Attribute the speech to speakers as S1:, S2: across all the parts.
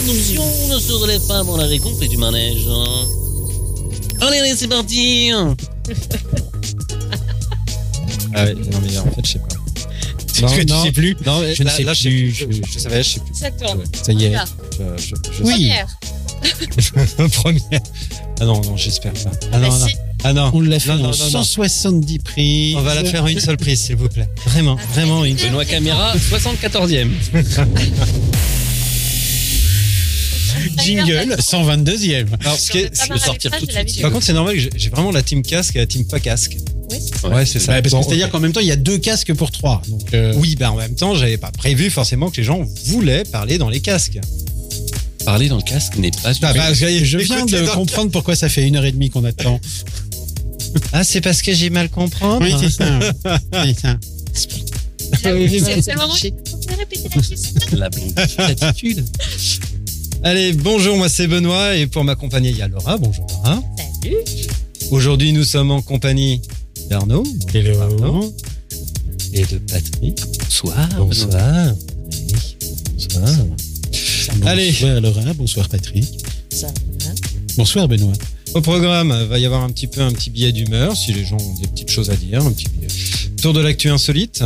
S1: Attention, ne se relève pas avant la récompte et du manège. Allez, allez, c'est parti
S2: Ah ouais, non, mais en fait, je sais pas.
S3: Parce que tu sais
S2: plus. Non, mais
S3: Je ne
S2: là,
S3: sais
S2: là, je,
S3: plus.
S2: je, je savais, je sais plus.
S4: Exactement.
S2: Ouais, ça y est. Euh,
S4: Voilà.
S2: Je, je, je
S3: Oui.
S4: Première.
S2: Première. Ah non, non, j'espère pas. Ah non,
S4: Bah,
S2: non.
S4: si.
S2: Ah non.
S3: On l'a fait
S2: Non, non,
S3: en
S2: non, non.
S3: 170 prises.
S2: On va la faire une seule prise, s'il vous plaît. Vraiment,
S4: Ah,
S2: vraiment une.
S4: Benoît
S5: Caméra, 74e.
S3: Jingle, 122e.
S2: Alors, ce qui est-
S4: Ça
S5: je
S4: m'arrête
S5: sortir
S4: pas,
S5: tout de
S4: j'ai la
S5: suite.
S4: vidéo.
S2: par contre, c'est normal que j'ai- j'ai vraiment la team casque et la team pas casque.
S4: Oui.
S2: Ouais, c'est ça.
S3: Bah, parce que
S2: Bon,
S3: c'est-à-dire
S2: ok.
S3: qu'en même temps, il y a deux casques pour trois. Donc, euh,
S2: Oui, bah en même temps, j'avais pas prévu forcément que les gens voulaient parler dans les casques.
S5: Parler dans le casque n'est pas
S3: bah, bah, je je
S2: Écoute,
S3: viens
S2: les
S3: de
S2: docteurs.
S3: comprendre pourquoi ça fait une heure et demie qu'on attend.
S2: Ah, c'est parce que j'ai mal Ah. comprendre.
S3: Oui, c'est ça. C'est ça.
S2: Ah,
S4: C'est c'est le moment où je vais répéter la question.
S5: la blonde attitude.
S2: Allez, bonjour, moi c'est Benoît et pour m'accompagner, il y a Laura. Bonjour Laura.
S4: Salut.
S2: Aujourd'hui, nous sommes en compagnie d'Arnaud. Arnaud. Et de Patrick.
S5: Bonsoir.
S2: Bonsoir. Bonsoir. Allez.
S3: Bonsoir Laura, bonsoir Patrick.
S4: Ça va.
S3: Bonsoir Benoît.
S2: Au programme, euh, va y avoir un petit peu un petit billet d'humeur si les gens ont des petites choses à dire. Un petit billet. Tour de l'actu insolite.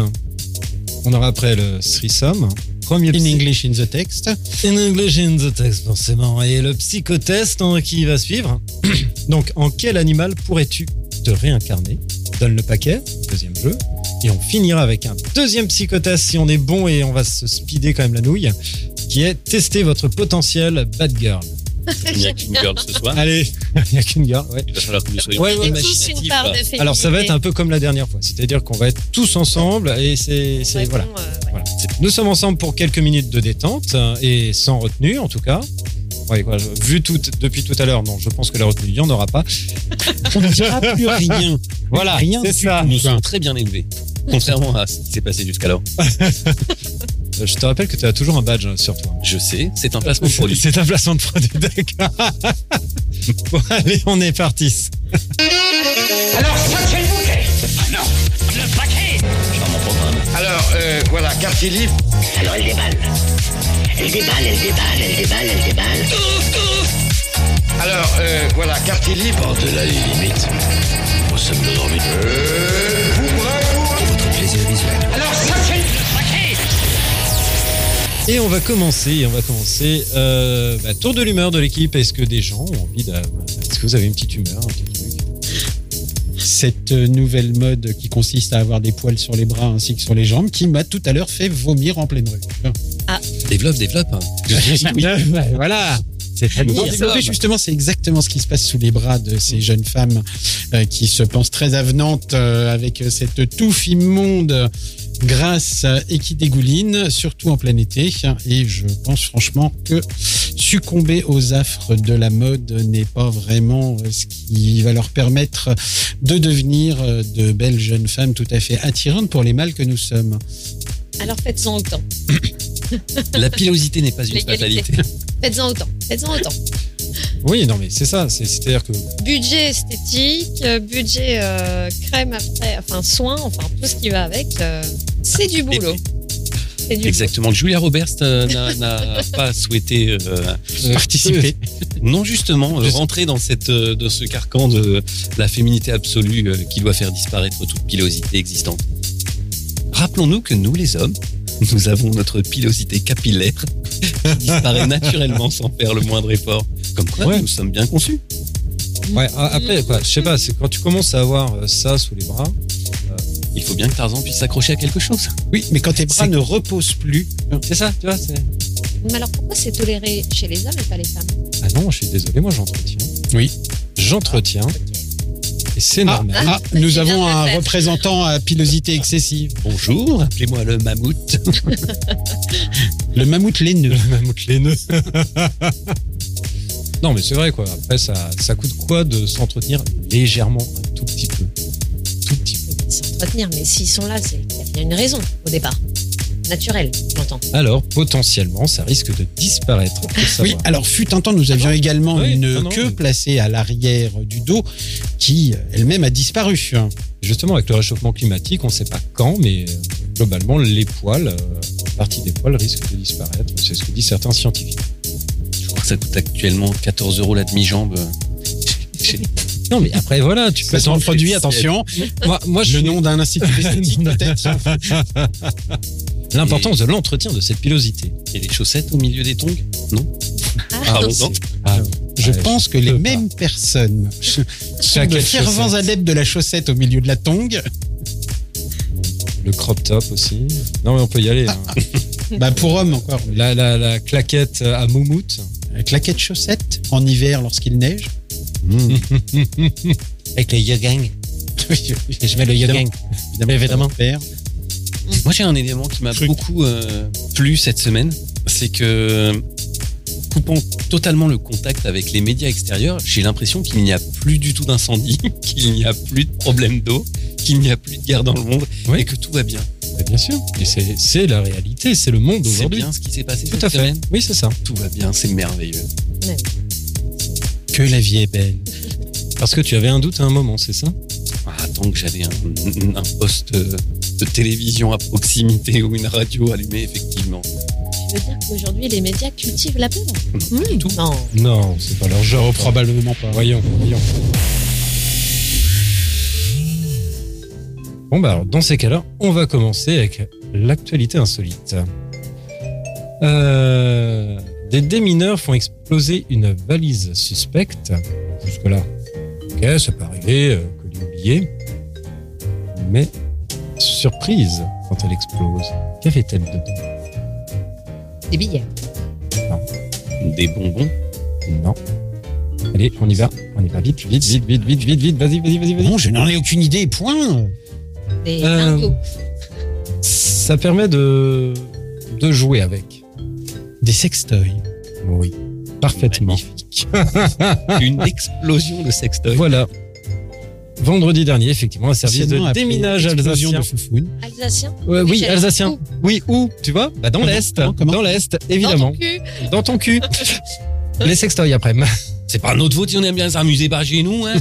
S2: On aura après le threesome. Premier
S3: In
S2: psy-
S3: English in the text.
S2: In English in the text, forcément. Et le psychotest hein, qui va suivre. Donc, en quel animal pourrais-tu te réincarner Donne le paquet, deuxième jeu. Et on finira avec un deuxième psychotest si on est bon et on va se speeder quand même la nouille, qui est tester votre potentiel bad girl.
S5: Il n'y a qu'une girl ce soir.
S2: Allez, il n'y a qu'une girl, ouais.
S5: Il va falloir que nous soyons
S2: Ouais, ouais,
S4: Et
S2: ouais.
S4: tous une part de féminité.
S2: Alors ça va être un peu comme la dernière fois, c'est-à-dire qu'on va être tous ensemble et c'est c'est-
S4: Ouais,
S2: voilà.
S4: bon, euh, ouais.
S2: Voilà. Nous sommes ensemble pour quelques minutes de détente euh, et sans retenue en tout cas. Ouais, quoi, je- vu tout depuis tout à l'heure, non, je pense que la retenue il n'y en aura pas.
S3: On ne dira plus rien.
S2: Voilà,
S3: Rien
S2: c'est
S3: du
S2: ça.
S5: Nous sommes très bien élevés. Contrairement à ce qui s'est passé jusqu'alors.
S2: Euh, Je te rappelle que tu as toujours un badge hein, sur toi.
S5: Je sais, c'est un
S3: Oh,
S5: placement de produit.
S2: C'est un placement de produit, d'accord. bon, allez, on est parti.
S6: Alors, ça c'est le bouquet Ah non, le paquet Alors, euh, voilà, quartier libre.
S7: Alors elle déballe. Elle déballe, elle déballe, elle déballe, elle déballe.
S6: Alors, euh, voilà, quartier libre. Par-delà les limites, nous sommes nos envies. Euh, vous bravo Pour votre plaisir visuel. Alors, ça c'est le paquet
S2: Et on va commencer, on va commencer. euh, bah, tour de l'humeur de l'équipe. Est-ce que des gens ont envie de. Est-ce que vous avez une petite humeur, un petit truc
S3: Cette euh, nouvelle mode qui consiste à avoir des poils sur les bras ainsi que sur les jambes qui m'a tout à l'heure fait vomir en pleine rue.
S5: Développe, développe.
S3: Ouais, voilà. Non, développer, justement, c'est exactement ce qui se passe sous les bras de ces jeunes femmes euh, qui se pensent très avenantes euh, avec cette touffe immonde grasse euh, et qui dégouline, surtout en plein été. Et je pense franchement que succomber aux affres de la mode n'est pas vraiment euh, ce qui va leur permettre de devenir euh, de belles jeunes femmes tout à fait attirantes pour les mâles que nous sommes.
S4: Alors faites-en autant.
S5: La pilosité n'est pas une
S4: L'égalité.
S5: fatalité.
S4: Faites-en autant. Faites-en autant.
S2: Oui, non, mais c'est ça. c'est- C'est-à-dire que
S4: Budget esthétique, euh, budget euh, crème après, enfin soin, enfin tout ce qui va avec. euh, c'est du boulot. C'est du
S5: Exactement. Julia Roberts euh, n'a- n'a pas souhaité euh,
S2: participer.
S5: Non, justement, euh,
S2: Juste-
S5: rentrer dans, cette, euh, dans ce carcan de la féminité absolue euh, qui doit faire disparaître toute pilosité existante. Rappelons-nous que nous, les hommes, nous avons notre pilosité capillaire qui disparaît naturellement sans faire le moindre effort. Comme quoi,
S2: Ouais.
S5: nous sommes bien conçus.
S2: Ouais, a- après, quoi, je sais pas, c'est quand tu commences à avoir euh, ça sous les bras.
S5: Il faut bien que Tarzan puisse s'accrocher à quelque chose.
S3: Oui, mais quand tes bras
S2: C'est-
S3: ne reposent plus,
S2: C'est ça, tu vois c'est-
S4: boulot. Mais alors pourquoi c'est toléré chez les hommes et pas les femmes
S2: Ah non, je suis désolé, moi j'entretiens.
S3: Oui.
S2: J'entretiens,
S4: Ok.
S2: et c'est
S3: Ah,
S2: normal.
S3: ah,
S4: Il
S3: nous
S4: vient de
S3: avons
S4: le
S3: un
S4: faire.
S3: représentant à pilosité excessive.
S5: Bonjour, appelez-moi le mammouth.
S3: Le mammouth laineux.
S2: Le mammouth laineux. non, mais c'est vrai, quoi. Après, ça, ça coûte quoi de s'entretenir légèrement, un tout petit peu Tout petit peu.
S4: s'entretenir, mais s'ils sont là, c'est il y a une raison au départ. Naturelle, j'entends.
S2: Alors, potentiellement, ça risque de disparaître. faut le savoir.
S3: Oui, alors fut un temps, nous avions également
S2: Oui,
S3: une
S2: non, non,
S3: queue
S2: mais-
S3: placée à l'arrière du dos qui euh, elle-même a disparu.
S2: Justement, avec le réchauffement climatique, on ne sait pas quand, mais euh, globalement, les poils, euh, une partie des poils risquent de disparaître. C'est ce que disent certains scientifiques.
S5: Ça coûte actuellement 14 euros la demi-jambe.
S2: Non, mais après, voilà, tu peux
S3: Ça sent
S2: t'en
S3: le
S2: produire.
S3: produit, attention.
S2: Moi, moi je
S3: Le nom d'un institut esthétique, peut-être.
S2: L'importance de l'entretien de cette pilosité.
S5: Et des chaussettes au milieu des tongs Non Ah bon, non
S3: Je
S2: Ouais,
S3: pense que les
S2: peux
S3: mêmes personnes sont de
S2: Claquettes,
S3: fervents
S2: chaussettes.
S3: adeptes de la chaussette au milieu de la tongue.
S2: Le crop top aussi. Non, mais on peut y aller. hein.
S3: Bah pour hommes encore.
S2: La, la, la claquette euh, à moumoute.
S3: La claquette chaussette en hiver lorsqu'il neige. Hmm.
S2: Avec le yogang.
S3: Oui, oui,
S2: Je mets le yogang.
S3: évidemment.
S2: Évidemment.
S3: Faire.
S5: Moi, j'ai un élément qui m'a
S2: Truc.
S5: beaucoup euh, plu cette semaine, c'est que coupant totalement le contact avec les médias extérieurs, j'ai l'impression qu'il n'y a plus du tout d'incendie, qu'il n'y a plus de problème d'eau, qu'il n'y a plus de guerre dans le monde
S2: Oui.
S5: et que tout va bien.
S2: Mais Bien sûr. Et c'est- C'est la réalité, c'est le monde
S5: C'est
S2: aujourd'hui.
S5: bien ce qui s'est passé
S2: Tout
S5: cette
S2: à fait.
S5: semaine.
S2: Oui, c'est ça.
S5: Tout va bien, c'est merveilleux.
S2: Que la vie est belle. Parce que tu avais un doute à un moment, c'est ça
S5: Ah, tant que j'avais un, un poste euh, de télévision à proximité ou une radio allumée, effectivement.
S4: Tu veux dire qu'aujourd'hui, les médias cultivent la peur
S2: Mmh.
S4: Non.
S2: Non, c'est pas leur genre.
S3: Oh, Probablement pas.
S2: Voyons, voyons. Bon, bah alors, dans ces cas-là, on va commencer avec l'actualité insolite. Euh, des démineurs font exploser une valise suspecte. Jusque-là, ok, ça peut arriver, euh, colis oublié. Mais, surprise quand elle explose. Qu'avait-elle dedans
S4: Des billets.
S5: Des bonbons.
S2: Non. Allez, on y va, on y va vite, vite, vite, vite, vite, vite, vite, vas-y, vas-y, vas-y, vas-y.
S3: Non, je n'en ai aucune idée, point.
S4: Des
S2: Euh,
S4: lingots.
S2: Ça permet de, de jouer avec.
S3: Des sextoys.
S2: Oui. Parfaitement. Ah.
S5: Une explosion de sextoy.
S2: Voilà. Vendredi dernier, effectivement, un service
S3: Anciennement
S2: de
S3: appelé
S2: déminage
S3: explosion
S2: alsacien.
S3: de foufounes.
S4: Alsaciens.
S2: Ouais, oui,
S4: Michel,
S2: alsacien.
S4: où
S2: Oui, où Tu vois Bah, Dans
S3: Comment
S2: l'Est.
S3: Comment Comment
S2: Dans l'Est,
S4: Dans ton
S2: évidemment.
S4: cul.
S2: Dans ton cul. Les sextoys après.
S5: C'est pas notre faute si on aime bien s'amuser par chez nous. Hein.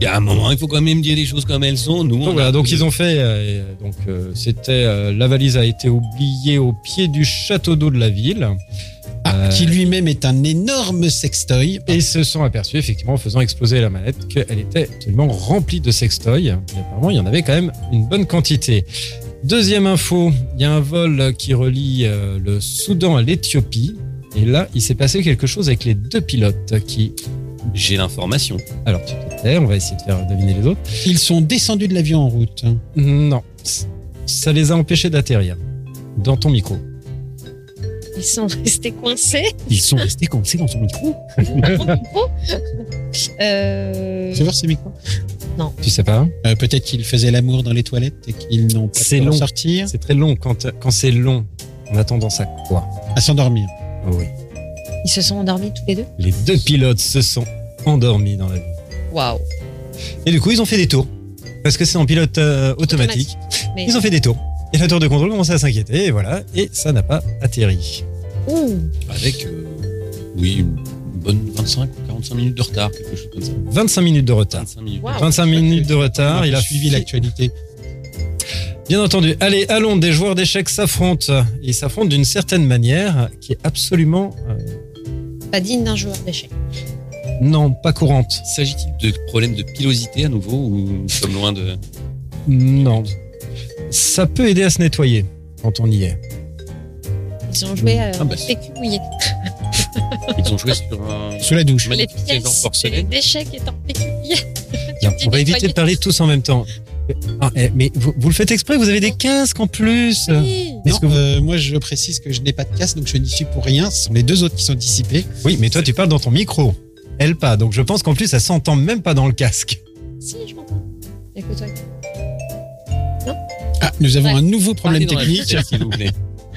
S5: Il y a un moment, il faut quand même dire les choses comme elles sont. Nous,
S2: Donc
S5: on
S2: voilà,
S5: a-
S2: donc ils ont fait. euh, et, donc euh, c'était euh, la valise a été oubliée au pied du château d'eau de la ville.
S3: Ah,
S2: Euh,
S3: Qui lui-même est un énorme sextoy.
S2: et se sont aperçus effectivement en faisant exploser la mallette qu'elle était absolument remplie de sextoys. Et apparemment, il y en avait quand même une bonne quantité. Deuxième info, il y a un vol qui relie euh, le Soudan à l'Éthiopie. Et là, il s'est passé quelque chose avec les deux pilotes qui...
S5: J'ai l'information.
S2: Alors, tu te tais, on va essayer de faire deviner les autres.
S3: Ils sont descendus de l'avion en route.
S2: Non, ça les a empêchés d'atterrir dans ton micro.
S4: Ils sont restés coincés.
S2: Ils sont restés coincés dans ton micro
S4: Euh,
S3: C'est voir ces micros.
S2: Tu sais pas, hein
S3: Euh, Peut-être qu'ils faisaient l'amour dans les toilettes et qu'ils n'ont pas
S2: C'est
S3: pu en
S2: long.
S3: sortir.
S2: c'est très long. Quand, quand c'est long, on a tendance à quoi
S3: À s'endormir.
S2: Oui.
S4: Ils se sont endormis tous les deux.
S2: Les deux pilotes se sont endormis dans la vie.
S4: Waouh.
S2: Et du coup, ils ont fait des tours. Parce que c'est en pilote euh, automatique.
S4: Mais...
S2: Ils ont fait des tours. Et la tour de contrôle commençait à s'inquiéter, et voilà. Et ça n'a pas atterri.
S4: Ouh.
S5: Avec, euh, oui, une bonne 25 ou 45 minutes de retard, quelque chose comme ça.
S2: 25 minutes de retard.
S5: 25 minutes.
S4: Waouh.
S2: 25 minutes de retard. Ah, Il a
S3: suivi
S2: fi-
S3: l'actualité.
S2: Bien entendu. Allez, à Londres, des joueurs d'échecs s'affrontent. Ils s'affrontent d'une certaine manière qui est absolument, euh,
S4: Pas digne d'un joueur d'échecs.
S2: non, pas courante.
S5: S'agit-il de problèmes de pilosité à nouveau ou nous sommes loin de.
S2: Non. Ça peut aider à se nettoyer quand on y est.
S4: Ils ont
S2: Mmh.
S4: joué euh, à
S5: Ah bah,
S4: pécouiller.
S5: Ils ont joué sur un.
S3: Sous la douche.
S4: Les
S5: magnifique tableau en
S4: pièces et les
S5: porcelaine.
S4: déchets étant pécouillés.
S2: Bien,
S4: Tu
S2: on va éviter
S4: dis
S2: de
S4: nettoyer.
S2: parler tous en même temps. Ah, eh, mais vous, vous le faites exprès, vous avez des casques en plus.
S4: Oui.
S2: Est-ce
S3: Non,
S2: que vous-
S3: euh, moi je précise que je n'ai pas de casse, donc je n'y suis pour rien. Ce sont les deux autres qui sont dissipés.
S2: Oui, mais toi, tu parles dans ton micro. Elle pas. Donc, je pense qu'en plus, ça s'entend même pas dans le casque.
S4: Si, je m'entends. Écoute-toi.
S3: Ah, nous avons
S4: Ouais.
S3: un nouveau problème
S5: Parlez dans la
S3: technique.
S5: sucette, S'il vous plaît.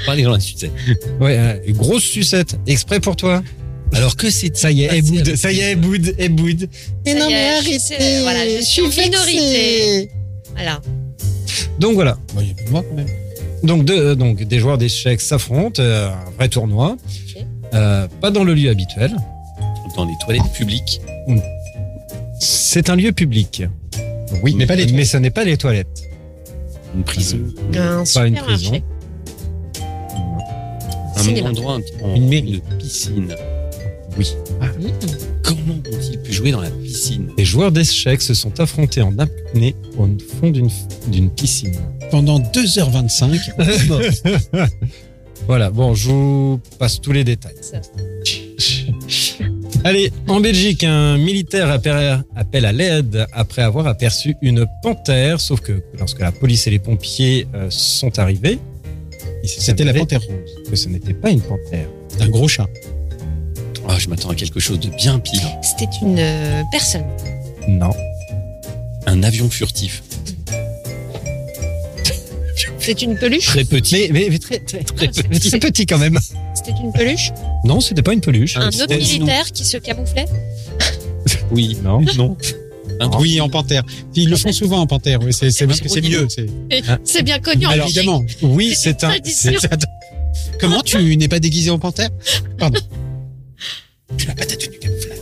S5: Parlez dans la sucette.
S2: Ouais, euh, grosse sucette. Exprès pour toi.
S5: Alors que c'est.
S2: Ça y est,
S5: Ah,
S2: elle
S5: c'est
S2: boude.
S5: avec-
S2: Ça y est, elle boude. Elle boude.
S4: Mais non, mais arrêtez. Voilà, je suis en minorité. Voilà.
S2: Donc, voilà.
S3: Bon, il y a plus de moi, quand même.
S2: Donc, deux- euh, donc des joueurs d'échecs s'affrontent. euh, un vrai tournoi.
S4: Ok.
S2: Euh, pas dans le lieu habituel.
S5: Dans les toilettes publiques.
S2: C'est un lieu public.
S3: Oui, mais pas les
S2: Mais ce n'est pas les toilettes.
S5: Une prison.
S4: Un
S2: Pas une
S4: supermarché.
S2: prison.
S5: un
S4: cinéma.
S5: endroit, un petit-
S3: Une mairie.
S5: Une piscine.
S2: Oui.
S5: Comment ont-ils pu jouer dans la piscine
S2: Des joueurs d'échecs se sont affrontés en apnée au fond d'une- d'une piscine.
S3: Pendant 2h25,
S2: Voilà, bon, je vous passe tous les détails.
S4: Ça.
S2: Allez, en Belgique, un militaire appelle appelle à l'aide après avoir aperçu une panthère, sauf que lorsque la police et les pompiers euh, sont arrivés, il s'est
S3: c'était la
S2: avéré
S3: panthère rose.
S2: que ce n'était pas une panthère.
S3: C'est un gros chat.
S5: Ah, Je m'attends à quelque chose de bien pire.
S4: C'était une euh, personne.
S2: Non.
S5: Un avion furtif.
S4: C'est une peluche
S5: Très petit.
S2: Mais, mais- mais très, très,
S4: Ah, c'est petit.
S2: c'est petit quand même.
S4: C'était une peluche
S2: Non, c'était Ah, pas une peluche.
S4: Un autre
S5: c'était-
S4: militaire qui se camouflait
S5: Oui.
S2: Non, non.
S5: Un
S2: Ah.
S5: drone.
S3: Oui, en panthère. Ils le font souvent en panthère. Oui, c'est c'est parce que c'est mieux. c'est-
S4: C'est bien connu en
S3: Alors,
S4: Belgique.
S3: évidemment.
S2: Oui, c'est un.
S4: Tradition.
S2: c'est-
S3: Attends. Comment tu n'es pas déguisé en panthère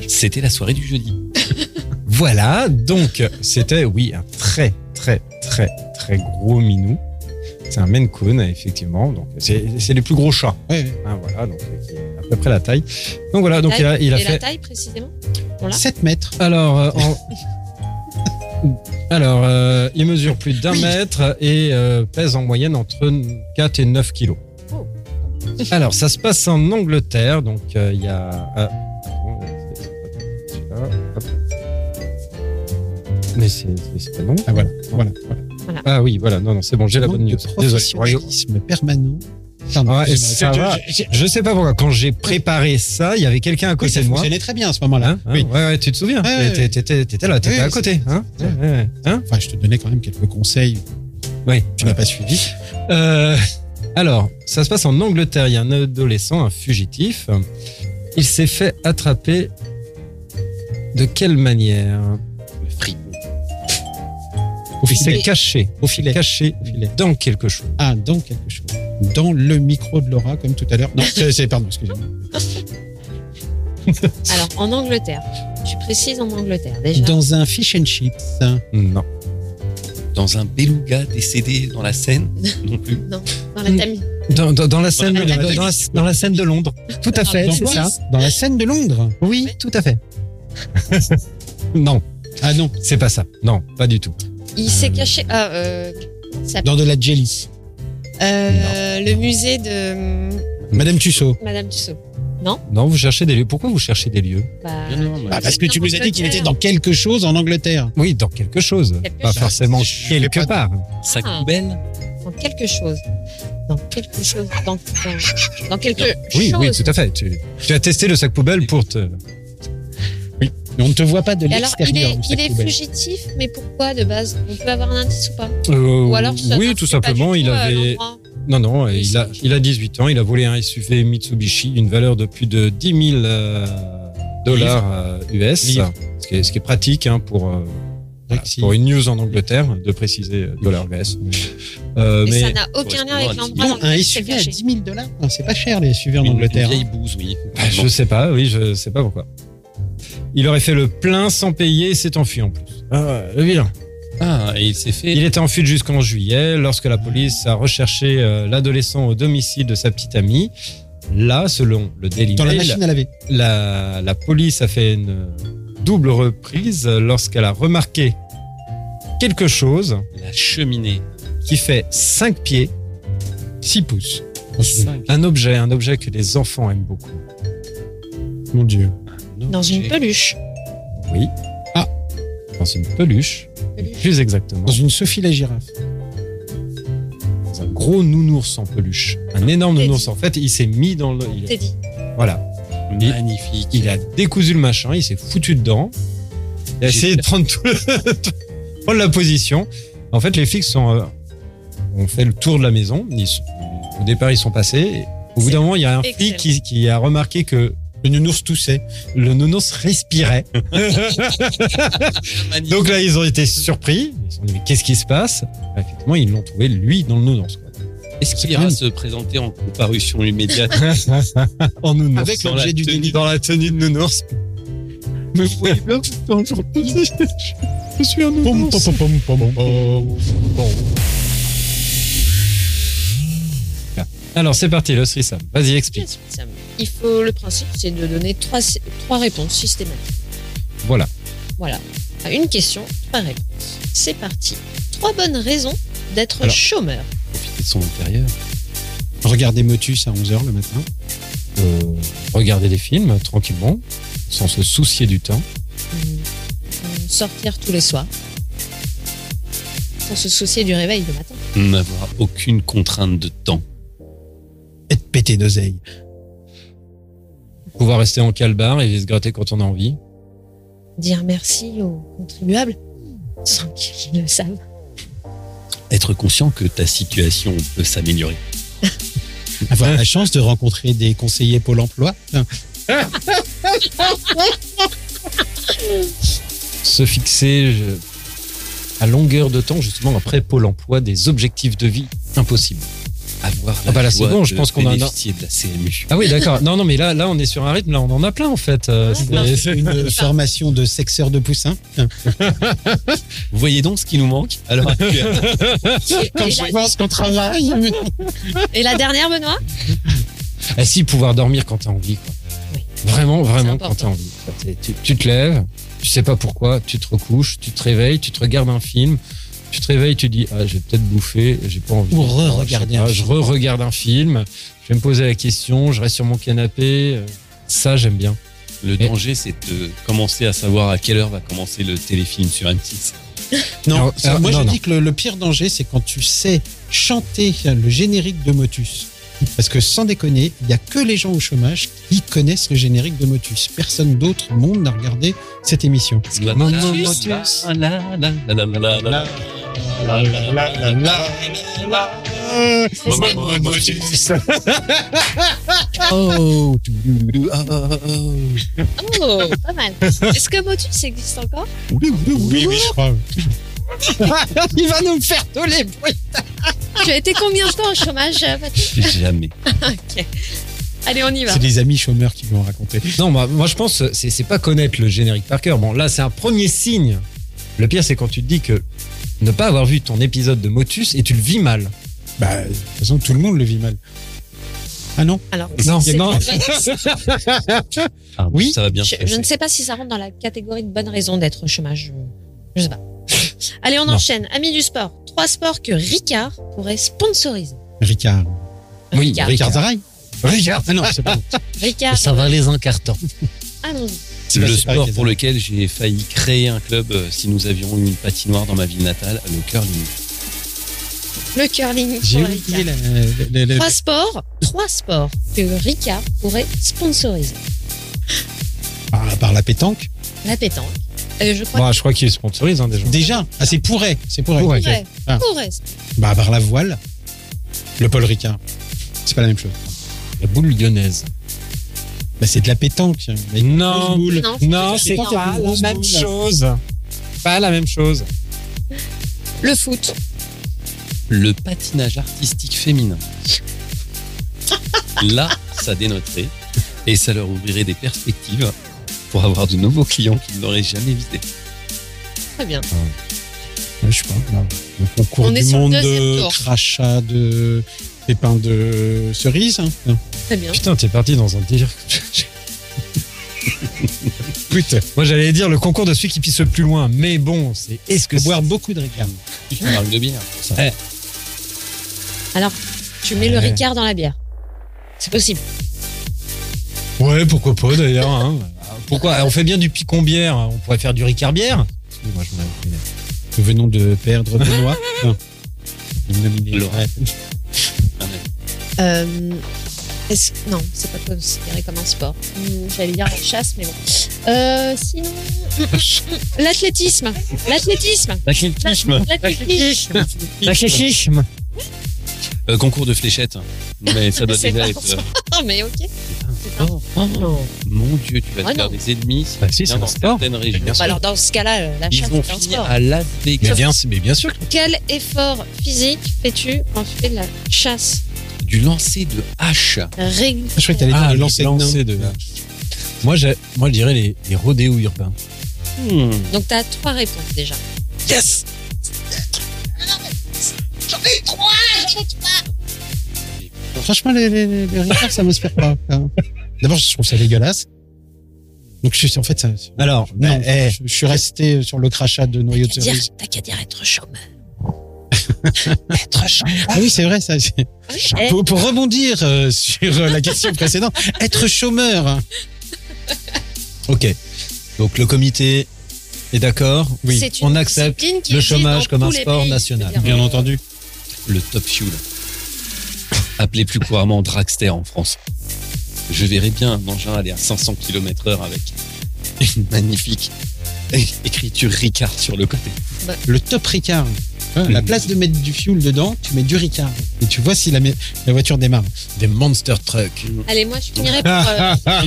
S5: C'était la soirée du jeudi.
S2: Voilà, donc c'était, oui, un très, très, très, très gros minou. C'est un Maine Coon, effectivement. Donc, c'est c'est les plus gros chats.
S3: Ouais,
S2: hein, voilà, donc euh, qui est à peu près la taille. Donc voilà, donc il a, il a
S4: Et la
S2: fait.
S4: taille précisément Voilà.
S3: 7 mètres.
S2: Alors, euh, en- alors, euh, il mesure plus d'un mètre et euh, pèse en moyenne entre 4 et 9 kilos.
S4: Oh.
S2: Alors, ça se passe en Angleterre, donc euh, il y a. ah, non, c'est- c'est pas celui-là, hop. Mais c'est c'est- c'est pas bon.
S3: Ah, voilà, voilà, voilà.
S2: Ah oui, voilà, non, non, c'est bon, j'ai la
S3: Manque
S2: bonne
S3: de
S2: news. Désolé.
S3: professionnalisme permanent. Pardon,
S2: Ouais,
S3: excuse-moi,
S2: ça
S3: je-
S2: va.
S3: je- je-
S2: Je sais pas pourquoi, quand j'ai préparé ça, il y avait quelqu'un à
S3: Oui,
S2: côté
S3: ça
S2: de moi.
S3: fonctionnait très bien à ce moment-là.
S2: Hein, hein,
S3: oui.
S2: ouais, ouais, tu te souviens
S3: Ouais,
S2: T'étais-
S3: ouais.
S2: T'étais t'étais là, t'étais
S3: Oui,
S2: à
S3: oui,
S2: côté. Hein
S3: c'est-
S2: Ouais, ouais, hein
S3: Enfin, je te donnais quand même quelques conseils.
S2: Ouais.
S3: Tu n'as pas suivi.
S2: Euh, alors, ça se passe en Angleterre. Il y a un adolescent, un fugitif. Il s'est fait attraper. De quelle manière
S5: Le fribou.
S2: Il s'est
S4: filet.
S2: caché.
S3: Au filet.
S2: Caché dans quelque chose.
S3: Ah, dans quelque chose. Dans le micro de Laura, comme tout à l'heure. Non, c'est, c'est- pardon, excusez-moi.
S4: Alors en Angleterre. Tu précises en Angleterre déjà.
S3: Dans un fish and chips.
S2: Non.
S5: Dans un beluga décédé dans la Seine non plus.
S4: Dans
S2: euh,
S4: la Tamise.
S2: Dans, dans- dans la scène,
S5: Ouais,
S2: dans,
S5: ouais,
S2: dans la, dans la scène de Londres. Tout à
S4: Eh,
S2: fait,
S3: Dans
S2: c'est
S3: quoi
S2: ça.
S3: Dans la scène de Londres.
S2: Oui, tout à fait. non,
S3: Ah non,
S2: c'est pas ça. Non, pas du tout.
S4: Il s'est caché. Ah, euh, comment ça s'appelle
S3: dans de la jelly.
S4: Euh, le musée de hum,
S3: Madame Tussaud.
S4: Madame Tussaud.
S2: Non, vous cherchez des lieux. Pourquoi vous cherchez des lieux
S4: Bah,
S3: Ah, parce que tu
S4: Dans
S3: nous as dit qu'il
S4: l'Angleterre.
S3: était dans quelque chose en Angleterre.
S2: Oui, dans quelque chose.
S4: Quelque
S2: Pas
S4: chose.
S2: forcément
S3: Je fais
S2: quelque
S3: pas de-
S2: part.
S5: Sa
S4: Ah.
S5: coubelle
S4: dans quelque chose. Dans quelque chose. Dans, dans, dans quelque
S2: Oui,
S4: chose.
S2: oui, tout à fait. Tu, tu as testé le sac poubelle pour te.
S3: Mais on ne te voit pas de
S4: Et alors, il
S3: l'extérieur.
S4: est,
S3: du sac
S4: il est
S3: poubelle.
S4: fugitif, mais pourquoi de base On peut avoir un indice ou pas
S2: Euh,
S4: Ou alors ça
S2: oui,
S4: n'inscrit
S2: tout
S4: pas du
S2: simplement,
S4: tout
S2: il
S4: à
S2: avait. euh,
S4: l'endroit.
S2: Non, non,
S4: Oui,
S2: il a,
S4: c'est-
S2: il a 18 ans, il a volé un SUV Mitsubishi d'une valeur de plus de 10 000 euh, dollars euh, US,
S3: Livres.
S2: Ce, qui est, ce qui est pratique hein, pour, euh, voilà,
S3: Brexit.
S2: pour une news en Angleterre, de préciser euh, dollars US. Euh,
S4: Et ça
S2: mais
S4: n'a aucun
S5: correspond
S4: lien
S5: à un
S4: avec l'endroit dans
S3: Non, un
S4: lequel il s'est
S3: SUV à
S4: caché.
S3: 10 000 dollars. C'est pas cher, les SUV en
S5: Une- une
S3: Angleterre.
S5: vieille bouse, oui.
S2: bah, je sais pas, oui, je sais pas pourquoi. Il aurait fait le plein sans payer et s'est enfui en plus. Ah, le vilain.
S5: Ah, et il s'est fait.
S2: Il était en fuite jusqu'en juillet lorsque la police a recherché euh, l'adolescent au domicile de sa petite amie. Là, selon le Daily
S3: hein. Dans la
S2: Mail,
S3: machine à laver.
S2: la, la police a fait une double reprise lorsqu'elle a remarqué quelque chose
S5: La cheminée.
S2: qui fait 5 pieds,
S3: 6 pouces.
S2: un objet, un objet que les enfants aiment beaucoup.
S3: Mon Dieu.
S4: Dans une peluche.
S2: Oui.
S3: Ah.
S2: Dans une peluche,
S4: Peluche.
S2: plus exactement.
S3: Dans une Sophie la girafe.
S2: Dans un gros nounours en peluche.
S4: Ah,
S2: Un énorme
S4: Teddy.
S2: nounours. En fait, il s'est mis dans le. il-
S4: T'es dit.
S2: voilà.
S5: Magnifique.
S2: Il a décousu le machin, il s'est foutu dedans. Il a
S5: J'ai
S2: essayé de prendre, tout le- prendre la position. En fait, les flics sont, euh, ont fait le tour de la maison. Ils sont- au départ, ils sont passés. Au bout d'un moment, il y a un flic
S4: excellent.
S2: qui, qui a remarqué que
S3: Le nounours toussait.
S2: le nounours respirait. Donc là, ils ont été surpris. Ils se sont dit, mais qu'est-ce qui se passe Bah, Effectivement, ils l'ont trouvé, lui, dans le nounours. quoi.
S5: Est-ce qu'il ira se présenter en comparution immédiate
S2: en nounours.
S3: Avec
S2: Dans
S3: l'objet
S2: la
S3: du
S2: tenue-
S3: délit.
S2: Dans la tenue de nounours. Mais vous voyez bien que c'est un jour- Je suis un
S3: Pom, pom,
S2: nounours.
S3: pom, pom, pom, pom.
S2: Alors c'est parti, le Sri Sam. Vas-y, explique.
S4: Ça me- il faut, le principe, c'est de donner trois, trois réponses systématiques.
S2: Voilà.
S4: Voilà. À une question, trois réponses. C'est parti. Trois bonnes raisons d'être
S3: Alors.
S4: chômeur.
S5: Profiter de son intérieur.
S3: Regardez Motus à 11h le matin.
S2: Euh, regarder des films tranquillement, sans se soucier du temps.
S4: Hum, hum, Sortir tous les soirs. Sans se soucier du réveil le matin.
S5: N'avoir aucune contrainte de temps.
S3: Être pété d'oseille.
S2: Pouvoir rester en calbar et se gratter quand on a envie.
S4: Dire merci aux contribuables sans qu'ils le savent.
S5: Être conscient que ta situation peut s'améliorer.
S3: Avoir la chance de rencontrer des conseillers Pôle emploi. hein,
S2: Se fixer je- à longueur de temps, justement, après Pôle emploi, des objectifs de vie impossibles.
S5: Avoir la
S2: Ah bah là, c'est
S5: joie
S2: bon, je
S5: de
S2: pense qu'on a un-
S5: bénéficier de la CMU.
S2: Ah oui, d'accord. Non, non, mais là, là, on est sur un rythme, là, on en a plein, en fait. Euh, c'est-
S4: non.
S2: c'est-
S3: Une formation de sexeur de poussin.
S5: Vous voyez donc ce qui nous manque Alors,
S3: Quand je pense qu'on travaille.
S4: Et la dernière, Benoît
S2: Ah si, pouvoir dormir quand t'as envie, quoi.
S4: Oui.
S2: Vraiment, vraiment quand
S4: important.
S2: t'as envie. quoi. T'es- Tu, tu te lèves, tu sais pas pourquoi, tu te recouches, tu te réveilles, tu te regardes un film, tu te réveilles, tu dis ah j'ai peut-être bouffé, j'ai pas envie.
S3: Ou
S2: Ah, je sais
S3: re-regarder
S2: pas,
S3: un
S2: Je
S3: film.
S2: re-regarde un film, je vais me poser la question, je reste sur mon canapé. euh, Ça j'aime bien.
S5: le
S2: Mais-
S5: danger, c'est de commencer à savoir à quelle heure va commencer le téléfilm sur M6.
S3: Ah, Non,
S2: Alors,
S3: ça,
S2: euh,
S3: moi
S2: non,
S3: je
S2: non.
S3: dis que le, le pire danger, c'est quand tu sais chanter le générique de Motus. Parce que sans déconner, il n'y a que les gens au chômage qui connaissent le générique de Motus. Personne d'autre au monde n'a regardé cette émission.
S2: Maman
S5: Motus.
S2: Motus.
S5: La, la, la, la, la, la, la.
S3: Oh,
S4: Oh, pas mal. Est-ce que Motus existe encore
S3: oui, oui, je crois. il va nous faire tous les bruits.
S4: Tu as Ah, été combien de temps au chômage, euh, Patrick
S5: Jamais.
S4: Ok. Allez, on y va.
S3: C'est les amis chômeurs qui l'ont raconté.
S2: Non, moi, moi, je pense c'est c'est pas connaître le générique par cœur. Bon là c'est un premier signe. Le pire c'est quand tu te dis que ne pas avoir vu ton épisode de Motus et tu le vis mal.
S3: Bah, de toute façon, tout le monde le vit mal. Ah non
S4: Alors,
S2: Non,
S4: c'est-
S2: non.
S5: Ah,
S2: Oui.
S5: Ça va bien. se
S4: Je, je
S5: passer.
S4: ne sais pas si ça rentre dans la catégorie de bonnes raisons d'être au chômage. Je ne sais pas. Allez, on
S2: Non.
S4: enchaîne. Amis du sport, trois sports que Ricard pourrait sponsoriser.
S3: Ricard.
S2: Oui,
S4: Ricard.
S2: Ricard.
S3: Zaraï
S2: Regarde.
S3: Ah non, c'est pas
S4: Ricard,
S2: va les encartants.
S4: allons-y.
S5: C'est
S3: Bah,
S5: le
S3: c'est pas
S5: sport
S3: avec les
S5: pour lequel j'ai failli créer un club euh, si nous avions eu une patinoire dans ma ville natale, le curling.
S4: Le curling
S3: J'ai
S4: pour
S3: oublié
S4: Ricard.
S3: la, la- la- la-
S4: Trois sports, trois sports que Ricard pourrait sponsoriser.
S3: par, par la pétanque.
S4: La pétanque. Euh, je crois
S2: Bah, je crois qu'il sponsorise hein, déjà.
S3: Déjà, ah, c'est pourrait. C'est pourrait.
S2: Pourrait.
S4: qu'il pourrait.
S3: Ah.
S4: pourrait.
S3: Bah, par la voile, le Paul Ricard. C'est pas la même chose.
S2: La boule lyonnaise.
S3: Bah, c'est de la pétanque. Mais
S2: Non,
S4: Non,
S2: non,
S4: c'est
S2: c'est
S4: pas
S2: pas
S3: une grosse
S2: la même
S3: boule.
S2: chose. Pas la même chose.
S4: Le foot.
S5: Le patinage artistique féminin. Là, ça dénoterait et ça leur ouvrirait des perspectives pour avoir de nouveaux clients qu'ils n'auraient jamais visités.
S4: Très bien.
S3: euh, Je sais pas. là, le concours
S4: On est
S3: du
S4: sur le
S3: monde
S4: deuxième
S3: de
S4: tour.
S3: crachat de pépins de cerises. hein. Non.
S4: Très bien.
S2: Putain, t'es parti dans un délire. Putain. Moi, j'allais dire le concours de celui qui pisse le plus loin. Mais bon, c'est est-ce que
S3: Faut boire beaucoup de Ricard.
S5: Je parle de bière.
S4: Tu mets le
S2: Ouais.
S4: Ricard dans la bière. C'est possible.
S2: Ouais, pourquoi pas d'ailleurs. hein. Pourquoi On fait bien du picon-bière. On pourrait faire du ricard-bière. Moi, je m'en avais
S3: Nous venons de perdre Benoît. Non. Il est nominé.
S5: Laurent.
S3: Ouais.
S4: Euh, est-ce- non, c'est pas considéré comme un sport. Hmm, J'allais dire la chasse, mais bon. Euh, sinon, l'athlétisme. L'athlétisme.
S5: L'athlétisme.
S4: L'athlétisme.
S5: Euh, concours de fléchettes. Mais ça doit
S4: C'est
S5: déjà
S4: pas
S5: être.
S4: ça.
S5: euh,
S4: Non, mais ok.
S5: Mon Dieu, tu vas
S4: Ah
S5: te faire
S4: non.
S5: des ennemis.
S2: Bah si,
S5: Bien
S2: c'est un
S5: dans
S2: sport.
S5: certaines régions.
S2: Bien
S4: Bah alors dans ce cas-là, euh, la
S5: Ils
S4: chasse
S5: vont
S4: est un
S5: finir
S4: sport.
S5: à Las
S2: Mais
S5: Vegas.
S2: bien, mais bien sûr.
S4: Quel effort physique fais-tu quand tu fais de la chasse
S5: Du lancer de hache.
S4: régulière
S3: Je croyais que t'allais dire
S2: Ah,
S3: le
S2: le
S3: lancer de
S2: lancer
S3: nain.
S2: de- Moi, j'ai- moi, je dirais les, les rodéos urbains. Hmm.
S4: Donc t'as trois réponses déjà.
S5: Yes
S4: J'en ai trois, j'en ai trois.
S3: Franchement, les, les, les, les retards, ça m'inspire pas. hein. D'abord, je trouve ça dégueulasse. Donc, je suis, en fait, ça-
S2: Alors,
S3: non,
S2: eh,
S3: je, je suis resté sur le crachat de noyau de
S4: T'as qu'à dire,
S3: cerise.
S4: t'as qu'à dire être chômeur.
S3: Ah oui, c'est vrai, ça. c'est-
S4: Ah oui, eh,
S3: Pour, pour rebondir euh, sur euh, la question précédente, être chômeur.
S2: ok. Donc le comité est d'accord.
S4: c'est une
S2: On accepte
S4: discipline qui
S2: le
S4: existe
S2: chômage
S4: dans
S2: comme un
S4: tous les
S2: sport
S4: pays,
S2: national.
S4: je veux dire.
S5: Bien entendu. Le top fuel. Appelé plus couramment dragster en France. Je verrais bien un engin aller à 500 km heure avec une magnifique é- écriture Ricard sur le côté.
S3: Le top Ricard. À la place de mettre du fuel dedans, tu mets du Ricard. Et tu vois si la, mé- la voiture démarre.
S2: Des monster trucks.
S4: Allez, moi, je finirai par euh,
S5: Ah,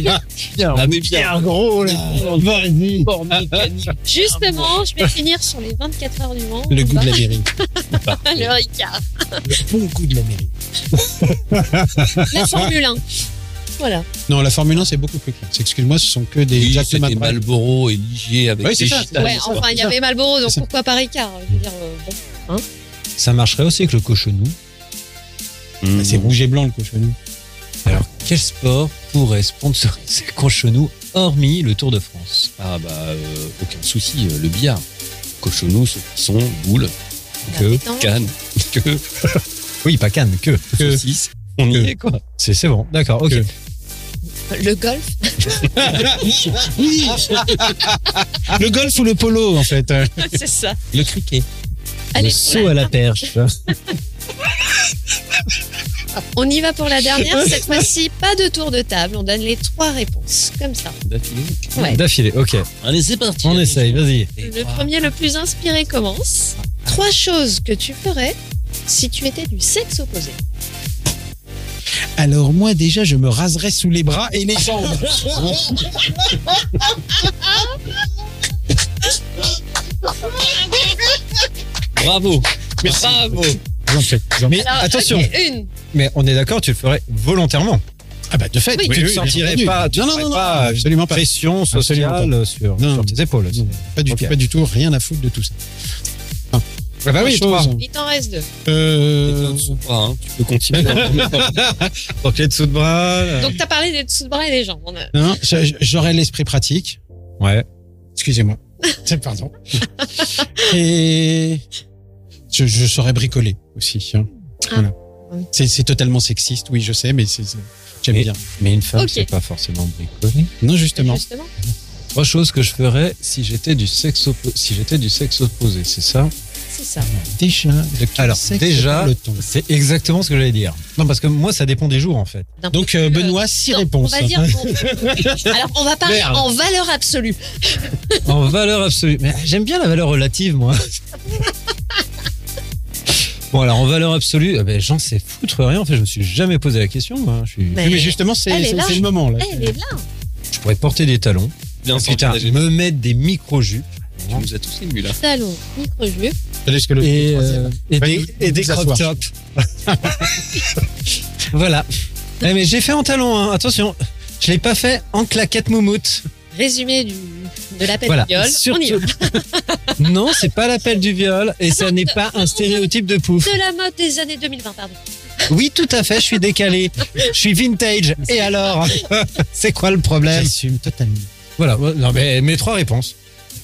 S5: mais bien.
S2: gros là. Vas-y.
S4: Justement, je vais finir sur les 24 heures du Mans.
S3: Le goût de la mairie.
S4: Le Ricard.
S2: Bon coup de la mairie.
S4: La Formule 1. Voilà.
S3: Non, la Formule 1, c'est beaucoup plus clair. Excuse-moi, ce sont que des
S5: Oui,
S3: Jack
S5: C'était
S3: Lemaître.
S5: Malboro et Ligier avec
S3: Oui, c'est
S5: des
S3: ça,
S5: gitanes.
S4: ouais, enfin, il y avait Malboro, donc
S3: C'est ça.
S4: pourquoi pas Ricard Je veux dire, euh, bon.
S2: Ça marcherait aussi avec le cochonou.
S5: Mmh.
S3: C'est rouge et blanc, le cochonou.
S2: Alors, quel sport pourrait sponsoriser le cochonou hormis le Tour de France
S5: Ah bah euh, aucun souci, euh, le billard. Cochonou, saucisson, boule,
S4: La
S5: que,
S4: pétanque.
S5: canne, que,
S2: Oui, pas Cannes, que.
S5: saucisse. On y
S2: Que.
S5: est quoi
S2: C'est c'est bon, d'accord, ok.
S3: Que.
S4: Le golf,
S3: Oui
S2: Ah.
S3: Le golf ou le polo, en fait. euh.
S4: c'est ça.
S5: Le criquet.
S4: Allez,
S2: le saut à la perche.
S4: on y va pour la dernière. Cette fois-ci, pas de tour de table. On donne les trois réponses. Comme ça.
S5: D'affilée.
S4: Ouais.
S2: D'affilée, ok.
S1: Allez, c'est parti.
S2: On essaye, vas-y.
S4: Le premier, le plus inspiré, commence. Trois choses que tu ferais si tu étais du sexe opposé.
S3: Alors, moi, déjà, je me raserais sous les bras et
S2: Ah,
S3: les jambes.
S1: Bravo. Bravo.
S2: Mais
S4: Alors,
S2: attention,
S4: ok, une.
S2: mais on est d'accord, tu le ferais volontairement.
S3: Ah bah, de fait,
S4: Oui.
S2: tu ne
S3: bien
S2: sentirais
S3: entendu.
S2: pas, tu
S3: Non, non,
S2: ferais
S3: non, non,
S2: pas une
S3: absolument pas.
S2: pression sociale
S3: Absolument
S2: Sur,
S3: Non.
S2: sur tes épaules.
S3: Non, Pas du,
S2: Ok.
S3: pas du tout, rien à foutre de tout ça.
S2: Ah bah
S3: Autre
S2: oui,
S3: chose.
S2: toi.
S4: Il t'en reste deux.
S3: Euh,
S5: bras, hein. Tu peux continuer.
S2: Donc les dessous de bras. euh,
S4: Donc, t'as parlé des dessous de bras et des jambes. On a-
S3: non, j'a- j'aurais l'esprit pratique.
S2: Ouais.
S3: Excusez-moi. C'est- Pardon. Et je, je saurais bricoler aussi. hein.
S4: Ah.
S3: Voilà. C'est c'est totalement sexiste, oui, je sais, mais c'est- c'est- j'aime
S2: Mais-
S3: bien.
S2: Mais une femme,
S4: Ok.
S2: c'est pas forcément bricolée.
S3: Non, justement.
S4: Justement.
S2: Trois choses que je ferais si j'étais du sexe oppo- si j'étais du sexe opposé, c'est ça
S4: C'est ça.
S3: Déjà, de quel
S2: Alors,
S3: sexe
S2: déjà-
S3: parle-t-on
S2: C'est exactement ce que j'allais dire. Non, parce que moi, ça dépend des jours en fait.
S4: D'un
S3: Donc, euh, Benoît, six
S4: Non,
S3: réponses.
S4: On va dire. on- Alors, on va parler
S2: Merde.
S4: en valeur absolue.
S2: En valeur absolue. Mais j'aime bien la valeur relative, moi. Bon, alors en valeur absolue, eh ben, j'en sais foutre rien. En fait, je me suis jamais posé la question. moi. Je, suis-
S3: Oui, mais justement, c'est
S4: Elle est
S3: c'est-
S4: là.
S3: c'est le moment. Là.
S4: Elle est là.
S2: je pourrais porter des talons. Ah,
S5: Bien sûr,
S2: Putain,
S5: tu
S2: me mettre des micro-jupes.
S5: nous as tous hein. émus là.
S4: Talon, micro-jupe.
S3: Attendez, parce que le-
S2: Et,
S3: le troisième.
S2: euh, et
S3: Vas-y,
S2: des, et des
S3: vous asseoir.
S2: crop tops. voilà. Eh, mais j'ai fait en talons, hein. attention. Je l'ai pas fait en claquette moumoute.
S4: Résumé du, de l'appel
S2: Voilà.
S4: du viol. On y va.
S2: Surtout- Non, c'est pas l'appel du viol et ça n'est pas un stéréotype de pouf.
S4: De la mode des années 2020, pardon.
S2: Oui, tout à fait, je suis décalé. Je suis vintage. Et alors C'est quoi le problème
S3: J'assume totalement.
S2: Voilà, ouais, non, mais mes trois réponses.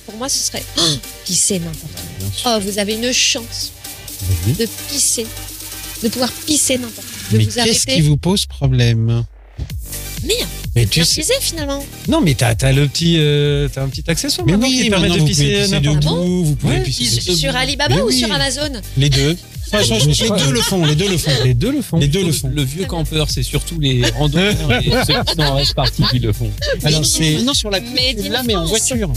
S4: Pour moi, ce serait oh, pisser n'importe où. Oh, vous avez une chance de pisser. De pouvoir pisser n'importe où. De
S3: Mais
S4: vous
S3: qu'est-ce
S4: arrêter.
S3: qui vous pose problème
S4: Merde,
S2: Mais tu
S4: bien
S2: sais.
S4: pisser finalement.
S2: Non, mais t'as as le petit, euh, t'as un petit accessoire
S3: Mais
S2: maintenant
S3: oui,
S2: qui permet
S3: maintenant,
S2: de
S3: vous
S2: pisser
S3: pouvez pisser
S2: n'importe
S4: de-
S2: où.
S4: Ah bon
S3: Vous pouvez
S2: Ouais,
S3: pisser
S4: Sur,
S3: dessus.
S4: sur Alibaba
S3: Mais
S4: ou
S3: oui.
S4: sur Amazon
S3: Les deux. Franchement, je-
S2: crois-
S3: les deux le font. Les deux le font.
S2: Les deux le font.
S3: Les deux le font.
S5: Le vieux campeur, c'est surtout les randonneurs et ceux qui sont en reste partis qui le font.
S3: Alors, c'est
S4: Made in-
S3: non sur la
S4: Made in
S3: là, mais en
S4: France.
S3: voiture.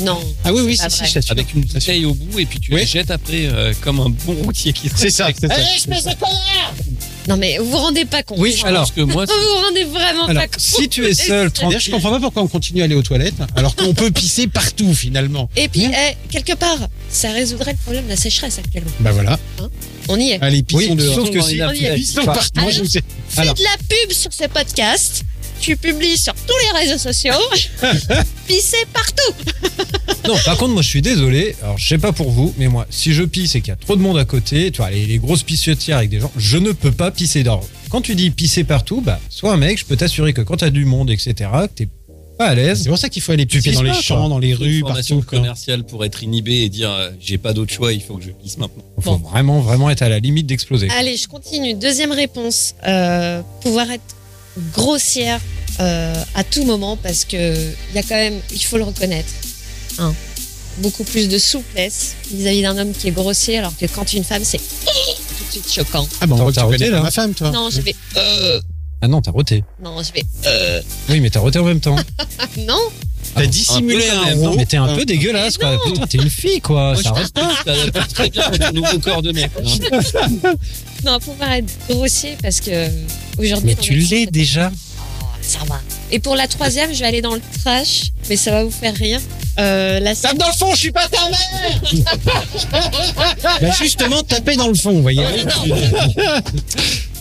S4: Non.
S3: Ah oui, oui,
S4: C'est
S3: si,
S4: pas
S3: si,
S4: vrai.
S3: je t'assure.
S5: Avec une bouteille au bout et puis tu
S3: Oui.
S5: les jettes après euh, comme un bon routier qui
S3: C'est ça, c'est ça.
S4: Non, mais vous vous rendez pas compte.
S2: Oui, alors.
S5: Parce que moi,
S4: Vous vous rendez vraiment
S2: Alors,
S4: pas compte.
S2: si tu es seul, tranquille.
S3: D'ailleurs, je comprends pas pourquoi on continue à aller aux toilettes alors qu'on peut pisser partout finalement.
S4: Et puis,
S3: Merde.
S4: eh, quelque part, ça résoudrait le problème de la sécheresse actuellement.
S3: Bah voilà.
S4: On y est.
S3: Allez, pissons
S2: Oui,
S3: dehors.
S2: sauf que
S5: dans les
S2: si.
S5: nappes.
S2: Enfin,
S3: Pissons partout. Moi, je vous ai-
S4: Faites de la pub sur ce podcast. tu publies sur tous les réseaux sociaux, puis c'est partout.
S2: Non, par contre, moi, je suis désolé. Alors, je sais pas pour vous, mais moi, si je pisse et qu'il y a trop de monde à côté, tu vois, les, les grosses pissotières avec des gens, je ne peux pas pisser dehors. Quand tu dis pisser partout, bah, soit un mec, je peux t'assurer que quand t'as du monde, etc., que t'es pas à l'aise.
S3: C'est pour ça qu'il faut aller
S2: Tu
S3: pisser
S2: pisses
S3: dans les
S2: pas,
S3: champs,
S2: quoi.
S3: dans les rues,
S5: une formation
S3: partout. quoi.
S5: commerciale pour être inhibé et dire euh, j'ai pas d'autre choix, il faut que je glisse maintenant.
S2: Faut vraiment, vraiment être à la limite d'exploser.
S4: Allez, je continue. Deuxième réponse. Euh, pouvoir être grossière euh, à tout moment parce que il y a quand même, il faut le reconnaître, hein, beaucoup plus de souplesse vis-à-vis d'un homme qui est grossier alors que quand une femme c'est tout de suite choquant.
S3: Ah bon, on
S2: Attends,
S3: voit que tu
S2: t'as
S3: connais
S2: roté,
S3: pas
S2: là
S3: ma femme, toi.
S4: Non, je vais, euh,
S2: Ah non, t'as roté.
S4: non, je vais,
S2: Oui, mais t'as roté en même temps.
S4: ah, non.
S3: T'as dissimulé un Euh,
S2: Non,
S3: rond.
S2: mais t'es un peu dégueulasse, quoi. Putain, t'es une fille, quoi. Ça reste-
S5: t'adaptes très bien à ton nouveau corps de mec. hein.
S4: Non, pouvoir être grossier parce que euh, aujourd'hui.
S2: Mais
S4: dans
S2: tu
S4: notre
S2: l'es déjà.
S4: société, Ça va. Et pour la troisième, je vais aller dans le trash, mais ça va vous faire rire. Euh, la
S3: Tape dans le fond, je suis pas ta mère Bah justement, taper dans le fond, vous voyez.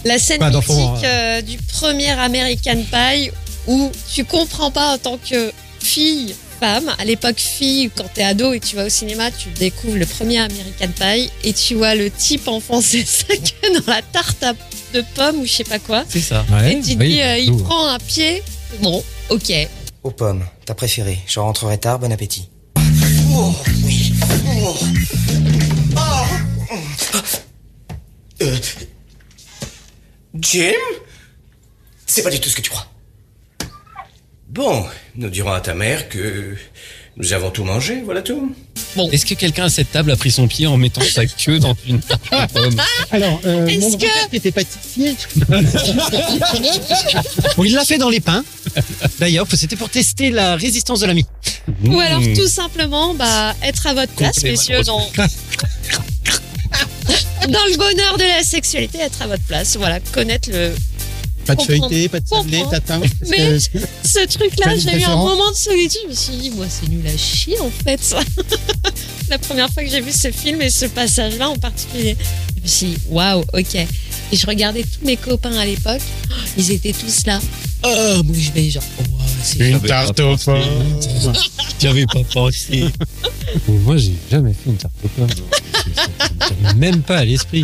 S4: La scène
S2: Pas
S4: mythique
S2: d'enfant,
S4: euh, du premier American Pie où tu comprends pas en tant que fille, femme, à l'époque fille, quand t'es ado et que tu vas au cinéma, tu découvres le premier American Pie et tu vois le type enfoncer sa queue dans la tarte à- de pommes ou je sais pas quoi.
S5: C'est ça.
S2: Ouais,
S4: et tu te
S2: Eh oui,
S4: dis, euh, il
S2: d'où
S4: prend un pied. Bon, ok.
S3: Euh,
S8: Aux pommes, ta préférée. Je rentrerai tard, bon appétit.
S6: Jim C'est pas du tout ce que tu crois. Bon, nous dirons à ta mère que nous avons tout mangé, voilà tout.
S5: Est-ce que quelqu'un à cette table a pris son pied en mettant sa queue dans une tarte aux pommes
S3: Alors, euh,
S4: Est-ce
S3: mon
S4: que-
S3: grand-père qui était pâtissier. bon, il l'a fait dans les pains. D'ailleurs, c'était pour tester la résistance de l'ami.
S4: Ou alors tout simplement, bah, être à votre place,
S5: Complément.
S4: messieurs, dans... dans le bonheur de la sexualité, être à votre place. Voilà, connaître le,
S3: Pas de
S4: Comprendre.
S3: feuilleté, pas de sablé,
S4: Comprendre.
S3: tatin. parce
S4: Mais-
S3: que-
S4: Ce
S3: Pas
S4: truc-là,
S3: une
S4: j'ai eu un
S3: préférence.
S4: moment de solitude. Je me suis dit, moi, c'est nul à chier, en fait, ça. La première fois que j'ai vu ce film et ce passage-là en particulier, je me suis dit, waouh, ok. Et je regardais tous mes copains à l'époque, ils étaient tous là. Oh, bouche bée, genre, oh, c'est
S3: Une
S5: J'avais pas
S3: tarte aux pommes.
S5: J'avais pas pensé.
S2: Mais Oh, moi, j'ai jamais fait une tarte aux pommes. J'avais même pas à l'esprit.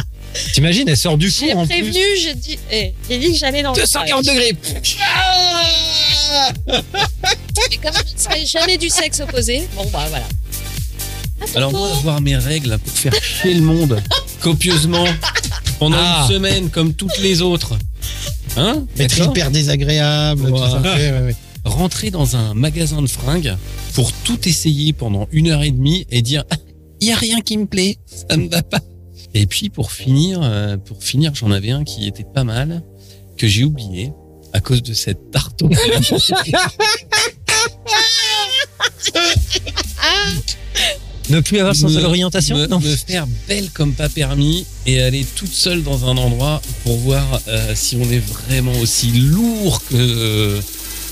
S2: T'imagines, elle sort du
S4: J'ai
S2: four en plus.
S4: prévenu, j'ai dit, eh, j'ai dit que j'allais dans le.
S2: 240 degrés.
S4: Mais comme je ne serais jamais du sexe opposé, bon, bah voilà. Ah,
S5: Alors moi, avoir mes règles pour faire chier le monde copieusement pendant
S2: Ah.
S5: une semaine comme toutes les autres. Hein
S3: Mais
S5: D'accord
S3: hyper désagréable.
S5: Ouais.
S3: tout ça. Ouais, ouais, ouais.
S5: Rentrer dans un magasin de fringues pour tout essayer pendant une heure et demie et dire Ah, il y a rien qui me plaît, ça me va pas. Et puis pour finir, euh, pour finir, j'en avais un qui était pas mal que j'ai oublié à cause de cette tarte. aux pommes.
S2: Ne plus avoir sens
S5: Me-
S2: de l'orientation
S5: me,
S2: Non.
S5: me faire belle comme pas permis et aller toute seule dans un endroit pour voir euh, si on est vraiment aussi lourd que euh,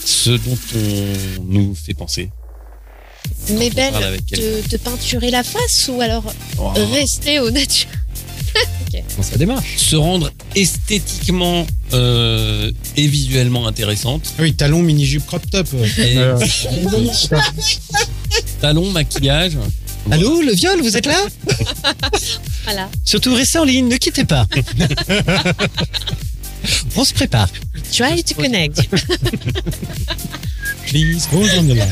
S5: ce dont on nous fait penser.
S4: Mais
S5: On
S4: belle,
S5: parle avec elle.
S4: de, de peinturer la face ou alors
S5: Oh.
S4: rester au naturel.
S2: Dans sa démarche.
S5: Se rendre esthétiquement euh, et visuellement intéressante.
S3: Ah oui, talons, mini-jupe, crop top.
S5: Et
S3: Euh,
S5: talons, maquillage.
S2: Allô, le viol, vous êtes là
S4: Voilà.
S2: Surtout, restez en ligne, ne quittez pas. On se prépare.
S4: Try to connect.
S3: Please, go down the line.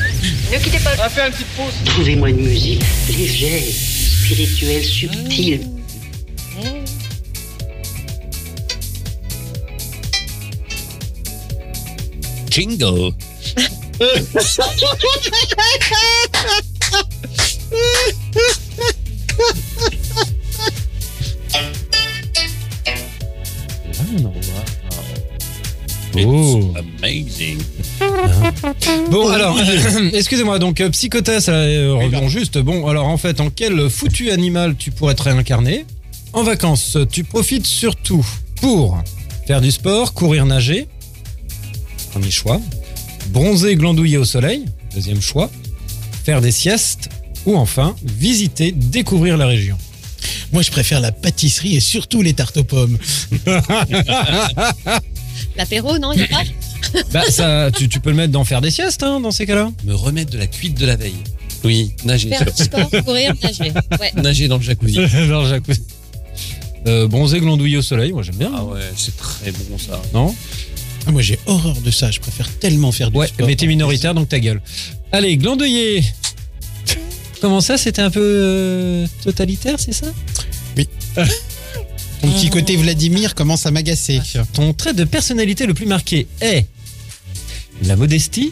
S7: Ne quittez pas. Trouvez-moi une musique légère, spirituelle, subtile.
S5: Jingle. Oh. It's
S2: Oh.
S5: amazing.
S2: Bon, alors, excusez-moi, donc euh, Psychotesse, euh, revenons juste. Bon, alors en fait, en quel foutu animal tu pourrais te réincarner En vacances, tu profites surtout pour faire du sport, courir, nager, premier choix, bronzer, glandouiller au soleil, deuxième choix, faire des siestes, ou enfin, visiter, découvrir la région.
S3: Moi, je préfère la pâtisserie et surtout les tartes aux pommes.
S4: L'apéro, non, il n'y a pas
S2: Bah, ça, tu, tu peux le mettre dans faire des siestes, hein, dans ces cas-là.
S5: Me remettre de la cuite de la veille. Oui, nager.
S4: Faire du sport, courir, nager. Ouais.
S5: nager dans le jacuzzi.
S2: Genre jacuzzi. Euh, bronzer, glandouiller au soleil, moi j'aime bien.
S5: Ah ouais, c'est très bon ça.
S2: Non
S3: Ah, moi, j'ai horreur de ça. Je préfère tellement faire du
S2: Ouais,
S3: sport.
S2: mais t'es minoritaire, donc ta gueule. Allez, glandouiller Comment ça, c'était un peu euh, totalitaire, c'est ça
S3: Ton petit côté Vladimir commence à m'agacer.
S2: Ton trait de personnalité le plus marqué est la modestie,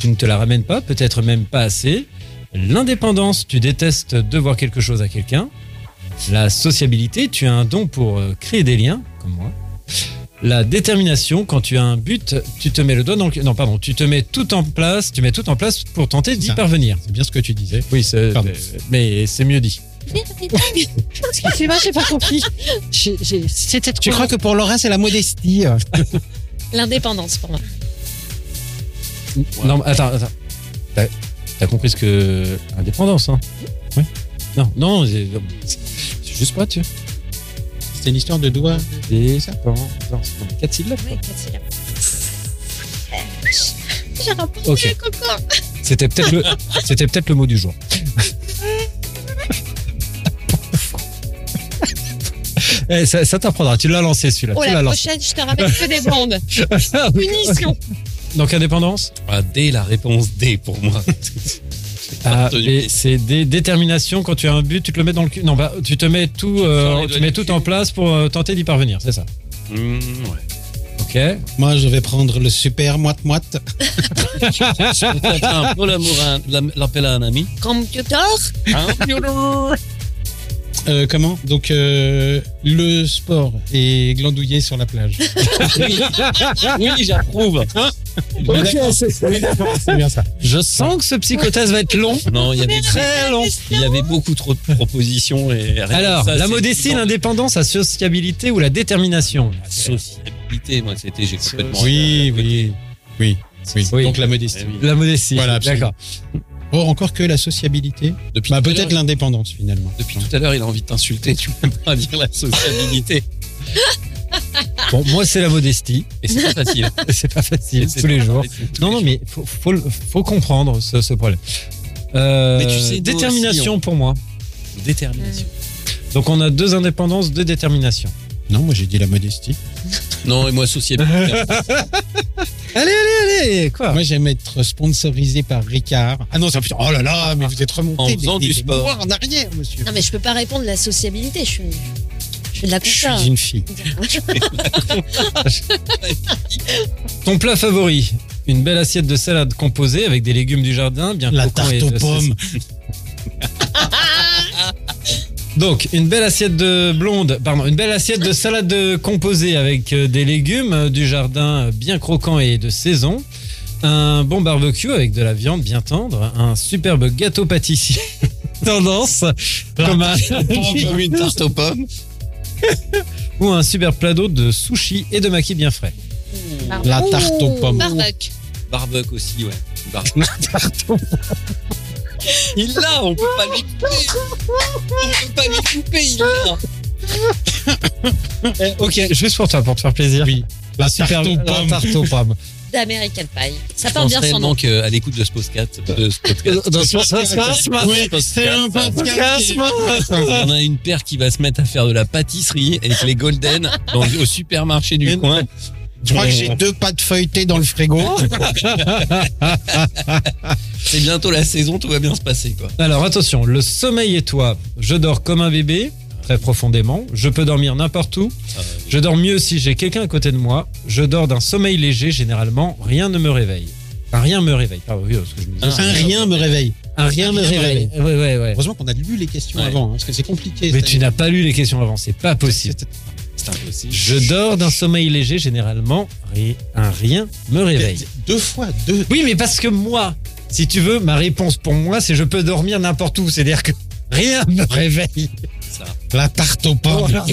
S2: tu ne te la ramènes pas, peut-être même pas assez. L'indépendance, tu détestes devoir quelque chose à quelqu'un. La sociabilité, tu as un don pour euh, créer des liens, comme moi. La détermination, quand tu as un but, tu te mets le doigt dans le cul- Non, pardon, tu te mets tout en place, tu mets tout en place pour tenter d'y
S3: Ça.
S2: parvenir.
S3: C'est bien ce que tu disais.
S2: Oui, c'est-
S3: Pardon.
S2: mais c'est mieux dit.
S9: Excusez-moi, j'ai pas compris. J'ai- j'ai- C'était
S3: Tu
S9: trop.
S3: crois que pour Laura, c'est la modestie
S4: L'indépendance pour moi.
S2: Non, mais attends, attends. T'as t'as compris ce que. Indépendance, hein Oui. Non, non, c'est c'est juste pas, tu vois.
S3: C'est une histoire de doigts.
S2: Des non, c'est dans les quatre syllabes.
S4: Ouais, quatre syllabes. Eh, J'ai rapporté
S2: Ok.
S4: le concours.
S2: C'était peut-être le, c'était peut-être le mot du jour. Eh, ça ça t'apprendra, tu l'as lancé celui-là.
S4: Oh,
S2: tu l'as
S4: la
S2: lancé.
S4: prochaine, je te ramène que des blondes. Punition.
S2: Donc indépendance
S5: Ah, D, la réponse D pour moi.
S2: Ah,
S5: Partout du
S2: et
S5: pays.
S2: c'est des déterminations quand tu as un but, tu te le mets dans le cul. Non, bah, tu te mets tout,
S5: Dans
S2: euh,
S5: les doigts
S2: tu mets
S5: du
S2: tout
S5: cul.
S2: en place pour euh, tenter d'y parvenir, c'est ça.
S5: Mmh, ouais.
S2: Ok.
S3: Moi, je vais prendre le super moite-moite.
S5: Je peux faire un peu l'amour à- l'am- l'appel à un ami.
S4: Computer.
S3: Euh, comment Donc, euh, le sport et glandouiller sur la plage.
S5: Oui, j'approuve.
S3: C'est bien ça.
S2: Je sens que ce psychothèse va être long.
S5: Non, il y avait
S2: Très long.
S5: Il y avait beaucoup trop de propositions et rien
S2: Alors,
S5: que ça,
S2: la
S5: c'est
S2: modestie,
S5: évident.
S2: l'indépendance, la sociabilité ou la détermination
S5: La sociabilité, moi, c'était, j'ai complètement.
S3: Oui, oui, oui, oui.
S2: Oui.
S3: Donc, la modestie.
S5: Eh oui.
S2: La modestie.
S3: Voilà, absolument.
S2: d'accord.
S3: Oh, encore que la sociabilité.
S5: Depuis
S3: Bah,
S5: tout à
S3: peut-être
S5: l'heure,
S3: l'indépendance, finalement.
S5: Depuis tout à l'heure, il a envie de t'insulter. Tu peux pas dire la sociabilité.
S2: Bon, moi, c'est la modestie.
S5: Et c'est pas facile.
S2: C'est pas facile
S5: C'est
S2: tous les
S5: pas
S2: jours.
S5: facile tous
S2: Non,
S5: les
S2: non,
S5: jours.
S2: mais faut, faut, le- faut comprendre ce, ce problème. Euh,
S5: Mais tu sais, nous aussi,
S2: détermination
S5: on-
S2: pour moi.
S5: Détermination.
S2: Donc on a deux indépendances, deux déterminations.
S3: Non, moi, j'ai dit la modestie.
S5: Non, et moi, sociabilité.
S2: Allez, allez, allez, quoi
S3: Moi, j'aime être sponsorisé par Ricard. Ah non, ça putain, oh là là, mais vous êtes remonté.
S5: En
S3: des-
S5: faisant
S3: des-
S5: du
S3: des
S5: sport.
S3: mois en arrière, monsieur.
S4: Non, mais je peux pas répondre de la sociabilité. Je suis, je suis de la
S3: Je suis
S4: compta.
S3: une fille.
S2: Ton plat favori Une belle assiette de salade composée avec des légumes du jardin, bien
S3: La
S2: croquants
S3: tarte
S2: et
S3: aux
S2: de-
S3: pommes.
S2: Donc une belle assiette de blonde, pardon, une belle assiette de salade euh, composée avec euh, des légumes euh, du jardin euh, bien croquants et de saison. Un bon barbecue avec de la viande bien tendre, un superbe gâteau pâtissier tendance comme un-
S5: Comme une tarte aux pommes.
S2: ou un superbe plat d'eau de sushi et de maquis bien frais.
S3: La tarte aux pommes.
S4: Barbuck.
S5: Barbuck aussi, ouais. Barbuck. Il l'a, on peut pas lui couper. On peut pas lui couper, il l'a.
S2: ok, juste pour toi, pour te faire plaisir. Oui.
S3: La tarte aux pommes.
S2: tarte aux pommes.
S4: D'American Pie. Ça
S5: Je
S4: porte
S5: pense
S4: bien son
S5: réellement
S4: nom.
S5: que, à l'écoute de ce podcast, de ce podcast,
S2: Euh,
S3: Oui, c'est un podcast.
S2: hein.
S5: on a une paire qui va se mettre à faire de la pâtisserie avec les Golden dans- au supermarché du coin.
S3: Je crois que j'ai deux pâtes feuilletées dans le frigo.
S5: C'est bientôt la saison, tout va bien se passer, quoi.
S2: Alors attention, le sommeil et toi, je dors comme un bébé, très profondément, je peux dormir n'importe où, je dors mieux si j'ai quelqu'un à côté de moi, je dors d'un sommeil léger, généralement, rien ne me réveille. Enfin, rien me réveille, pardon, Ah oui, parce que je me disais,
S3: Un rien me réveille.
S2: un rien me réveille. Ouais, ouais, ouais.
S3: Heureusement qu'on a lu les questions
S5: Ouais.
S3: avant, hein, parce que c'est compliqué.
S2: Mais
S3: ça.
S2: tu n'as pas lu les questions avant, c'est pas possible.
S5: C'est impossible.
S2: Je dors d'un sommeil léger, généralement, ri- un rien me réveille.
S3: Deux fois, deux.
S2: Oui, mais parce que moi, si tu veux, ma réponse pour moi, c'est je peux dormir n'importe où. C'est-à-dire que rien me réveille.
S3: La tarte aux pommes.
S4: Ah,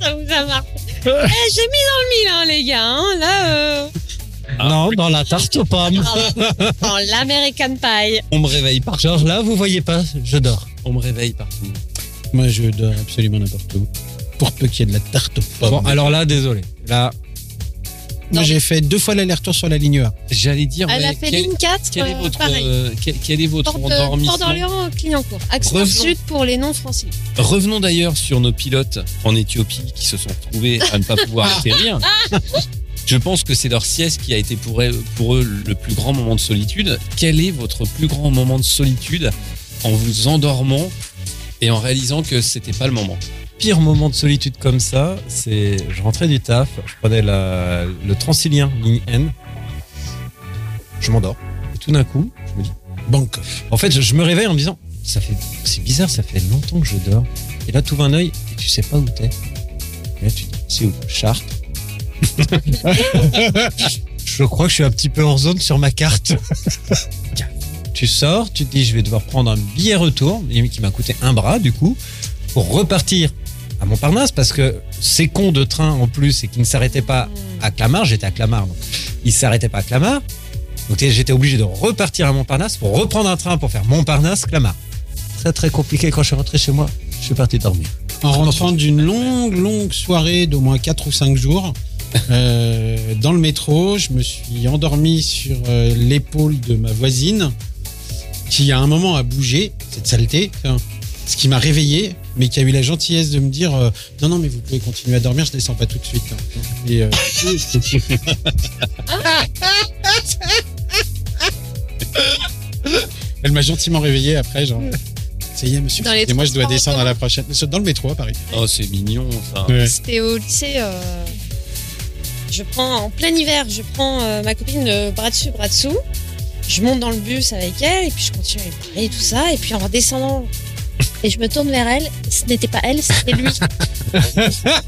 S4: ça vous a marqué. Eh, j'ai mis dans le mille, hein, les gars. hein. Là, euh,
S2: non, dans la tarte aux pommes.
S4: dans l'American Pie.
S5: On me réveille partout.
S2: Genre là, vous voyez pas, je dors.
S5: On me réveille partout.
S3: Moi, je dors absolument n'importe où. Pour peu qu'il y ait de la tarte aux pommes.
S2: Bon, alors là, désolé. Là,
S3: Moi,
S4: Non.
S3: j'ai fait deux fois l'aller-retour sur la ligne A.
S5: J'allais dire,
S4: Elle a
S5: mais
S4: fait
S5: quel,
S4: ligne 4,
S5: quel est
S4: euh,
S5: votre,
S4: pareil.
S5: euh, quel, quel est votre
S4: Porte de-
S5: endormissement
S4: Port d'Orléans, Clignancourt. Accent
S5: Revenons.
S4: sud pour les non-français.
S5: Revenons d'ailleurs sur nos pilotes en Éthiopie qui se sont retrouvés à ne pas pouvoir atterrir. Je pense que c'est leur sieste qui a été pour eux, pour eux le plus grand moment de solitude. Quel est votre plus grand moment de solitude en vous endormant et en réalisant que c'était pas le moment
S2: pire moment de solitude comme ça, c'est je rentrais du taf, je prenais la- le Transilien ligne N, je m'endors. Et tout d'un coup, je me dis Bangkok. En fait, je, je me réveille en me disant ça fait c'est bizarre, ça fait longtemps que je dors. Et là, tout va un œil et tu sais pas où t'es. Et là, tu te dis c'est où Chartres. je crois que je suis un petit peu en zone sur ma carte. tu sors, tu te dis je vais devoir prendre un billet retour qui m'a coûté un bras du coup pour repartir à Montparnasse parce que ces cons de train en plus et qui ne s'arrêtaient pas à Clamart, j'étais à Clamart, donc ils s'arrêtaient pas à Clamart. Donc t'es- j'étais obligé de repartir à Montparnasse pour reprendre un train pour faire Montparnasse, Clamart. Très très compliqué quand je suis rentré chez moi, je suis parti dormir.
S3: En rentrant d'une longue, longue soirée d'au moins 4 ou 5 jours, euh, dans le métro, je me suis endormi sur euh, l'épaule de ma voisine, qui à un moment a bougé, cette saleté, hein, ce qui m'a réveillé, mais qui a eu la gentillesse de me dire euh, Non, non, mais vous pouvez continuer à dormir, je ne descends pas tout de suite. hein. Et, euh, Elle m'a gentiment réveillé après, genre. Ça y est, monsieur.
S4: Dans les
S3: Et moi, je dois
S4: transports en
S3: descendre à
S4: commun.
S3: la prochaine. Dans le métro à Paris.
S5: Oh, c'est mignon
S2: Ah.
S5: ça.
S3: Ouais.
S4: C'était au lycée. euh, je prends en plein hiver, je prends euh, ma copine euh, bras dessus, bras dessous. Je monte dans le bus avec elle et puis je continue à lui parler et tout ça. Et puis en redescendant, et je me tourne vers elle. Ce n'était pas elle, c'était lui.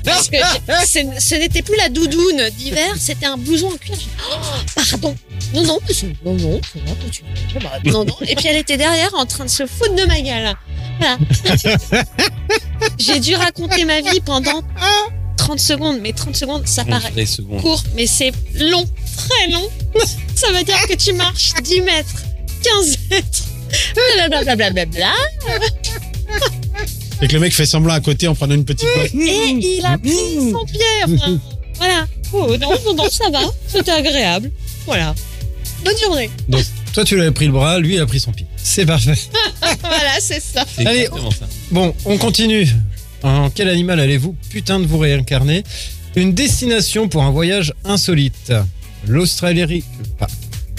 S4: Parce que j'ai- c'est- ce n'était plus la doudoune d'hiver, c'était un blouson en cuir. J'ai dit, Oh, pardon. Non, non, mais c'est- non, non, c'est moi, continue. Je dis, bah, Non, non. Et puis elle était derrière en train de se foutre de ma gueule. Voilà. J'ai dû raconter ma vie pendant 30 secondes, mais 30 secondes, ça paraît
S5: Des secondes.
S4: court, mais c'est long, très long. Ça veut dire que tu marches 10 mètres, 15 mètres. Blablabla.
S3: Et que le mec fait semblant à côté en prenant une petite
S2: Eh,
S3: boîte.
S4: Et il a pris son pied. Enfin, voilà. Oh, non, non, non, ça va. C'était agréable. Voilà. Bonne journée.
S2: Toi tu l'avais pris le bras, lui il a pris son pied. C'est parfait.
S4: Voilà, c'est ça.
S5: C'est
S2: Allez,
S5: exactement ça.
S2: Bon, on continue. En quel animal allez-vous putain de vous réincarner Une destination pour un voyage insolite. L'Australie. pas-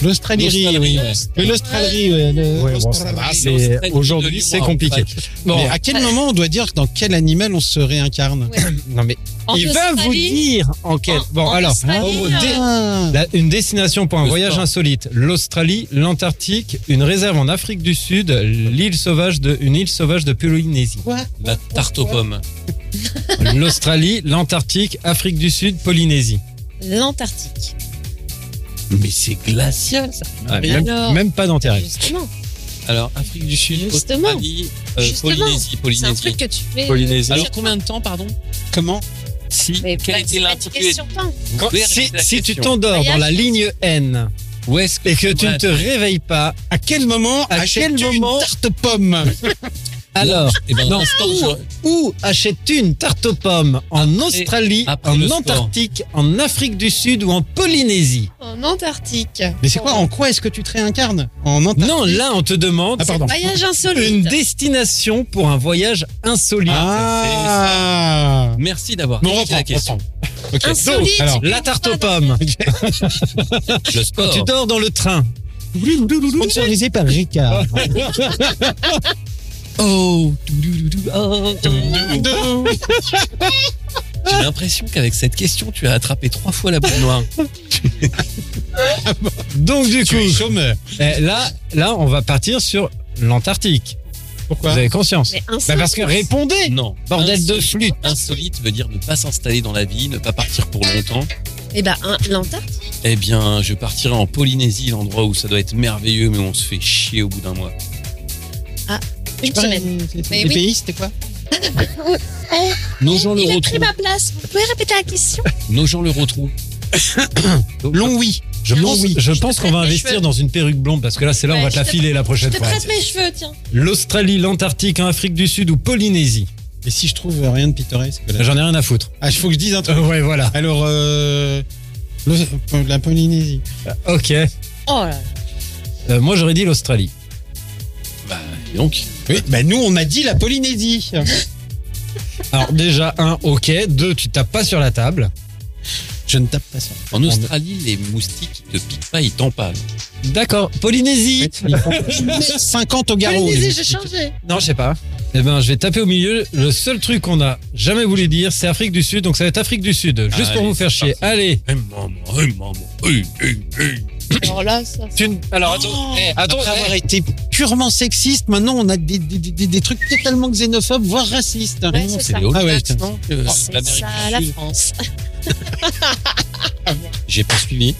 S3: L'Australie, oui. Mais l'Australie, ouais, le-
S2: Ouais, bon, ça
S3: l'Australie.
S2: va,
S5: Et
S2: Ah, c'est-
S5: l'Australie de
S2: Aujourd'hui,
S5: Lyon
S2: c'est
S5: à
S2: compliqué.
S5: Prague.
S2: Bon,
S3: Mais à quel moment on doit dire dans quel animal on se réincarne
S2: non mais
S4: En
S2: il va vous
S4: Australie,
S2: dire en quel.
S4: En-
S2: bon,
S4: en
S2: alors,
S4: Australie,
S2: hein,
S4: euh,
S3: Ah.
S2: la- une destination pour un
S5: Le
S2: voyage
S5: sport.
S2: insolite. L'Australie, l'Antarctique, une réserve en Afrique du Sud, l'île sauvage de, une île sauvage de Polynésie.
S5: La tarte aux pommes.
S2: L'Australie, l'Antarctique, Afrique du Sud, Polynésie.
S4: L'Antarctique.
S5: Mais c'est glacial ça.
S2: Ouais,
S5: Mais
S2: Ah, même,
S4: alors
S2: même pas dans tes rêves.
S4: Justement,
S5: Alors, Afrique du Sud,
S4: Justement.
S5: Australie, euh,
S4: Justement.
S5: Polynésie,
S4: c'est un
S5: Polynésie.
S4: truc que tu fais. euh,
S2: Polynésie.
S5: Alors, combien de temps, pardon
S3: Comment
S5: Si,
S4: Mais
S5: quel
S4: pas-
S5: était
S4: c'est pas
S5: l'intitulé
S4: une question pain.
S5: Vous
S2: Quand-
S5: pouvez
S2: si,
S5: répéter la
S2: si tu
S5: question.
S2: t'endors dans la
S4: Voyage.
S2: ligne N
S5: Où est-ce que
S2: et que tu
S5: Ouais.
S2: ne te réveilles pas,
S3: À quel moment
S2: À quel
S3: achètes-tu
S2: moment
S3: une tarte pomme
S2: alors
S5: Eh ben,
S2: Non.
S5: l'instant où j'aurais-
S2: où achètes-tu une tarte aux pommes En Australie,
S5: après
S2: en
S5: le sport.
S2: Antarctique, en Afrique du Sud ou en Polynésie
S4: En Antarctique.
S2: Ah,
S3: Mais c'est quoi En quoi est-ce que tu te réincarnes En Antarctique
S2: Non, là, on te demande
S3: Ah pardon.
S4: Voyage insolite.
S2: une destination pour un voyage insolite.
S3: Ah.
S5: Merci d'avoir
S3: Mais on
S5: posé
S3: reprend,
S5: la question.
S3: Ok.
S4: Insolite.
S3: Donc, alors,
S2: La tarte aux pommes.
S5: Le
S2: Quand
S5: sport.
S2: tu dors dans le train.
S3: sponsorisé par Ricard.
S2: Ah.
S5: Oh, doudoudou, oh, doudoudou. J'ai l'impression qu'avec cette question, tu as attrapé trois fois la boule noire.
S2: Donc, du
S3: tu es
S2: coup,
S3: chômeur.
S2: eh, là, là, on va partir sur l'Antarctique.
S3: Pourquoi
S2: Vous avez conscience
S4: Mais
S2: Bah,
S4: insolite.
S2: Parce que répondez
S5: Non.
S2: Bordel de
S5: Insolite-
S2: flûte.
S5: Insolite veut dire ne pas s'installer dans la vie, ne pas partir pour longtemps.
S4: Eh ben, un- l'Antarctique.
S5: Eh bien, je partirai en Polynésie, l'endroit où ça doit être merveilleux, mais on se fait chier au bout d'un mois.
S4: Une semaine. Mais
S3: Les
S4: oui.
S3: pays, c'était quoi
S5: Nos gens le
S4: Il a pris
S5: retrouvent.
S4: ma place. Vous pouvez répéter la question
S5: Nos gens le retrouvent.
S3: Long oui.
S2: Je pense,
S3: oui.
S2: je pense qu'on va
S4: prête mes
S2: investir
S4: cheveux.
S2: dans une perruque blonde parce que là, c'est là, on
S4: Ouais,
S2: va te
S4: je
S2: la
S4: te-
S2: filer la
S4: Je
S2: prochaine
S4: te
S2: fois.
S4: prête mes cheveux, tiens.
S2: L'Australie, l'Antarctique, en Afrique du Sud ou Polynésie
S3: Et si je trouve rien de pittoresque là
S2: J'en ai rien à foutre.
S3: Ah, il faut que je dise un truc.
S2: Euh, ouais, voilà.
S3: Alors, euh, Le- la Polynésie.
S2: Ok.
S4: Oh là là.
S2: Euh, moi, j'aurais dit l'Australie.
S5: Bah, dis donc.
S3: Oui, bah nous, on a dit la Polynésie.
S2: Alors, déjà, un, ok. Deux, tu tapes pas sur la table.
S3: Je ne tape pas ça.
S5: En Australie, les moustiques ils te piquent pas, ils t'empalent.
S2: D'accord. Polynésie.
S3: Ils font 50 au garrot.
S9: Polynésie,
S3: les
S9: j'ai
S3: moustiques.
S9: changé.
S2: Non, je sais pas. Eh ben, je vais taper au milieu. Le seul truc qu'on a jamais voulu dire, c'est Afrique du Sud. Donc, ça va être Afrique du Sud. Juste pour
S5: Allez,
S2: vous faire
S5: c'est
S2: chier. Allez.
S5: Eh, maman, eh, maman, eh, eh, eh.
S4: Alors là, ça.
S2: Tu ne- Alors, attends.
S3: Oh,
S2: eh, attends,
S3: Après
S2: eh.
S3: avoir été purement sexiste, maintenant on a des, des- des- des trucs totalement xénophobes, voire racistes.
S4: Ouais, c'est ça.
S5: les All
S3: Ah ouais,
S5: Blacks,
S3: putain.
S5: non, que
S4: C'est
S5: Euh, l'Amérique
S4: ça,
S5: du
S4: la
S5: Sud.
S4: France.
S5: J'ai pas suivi.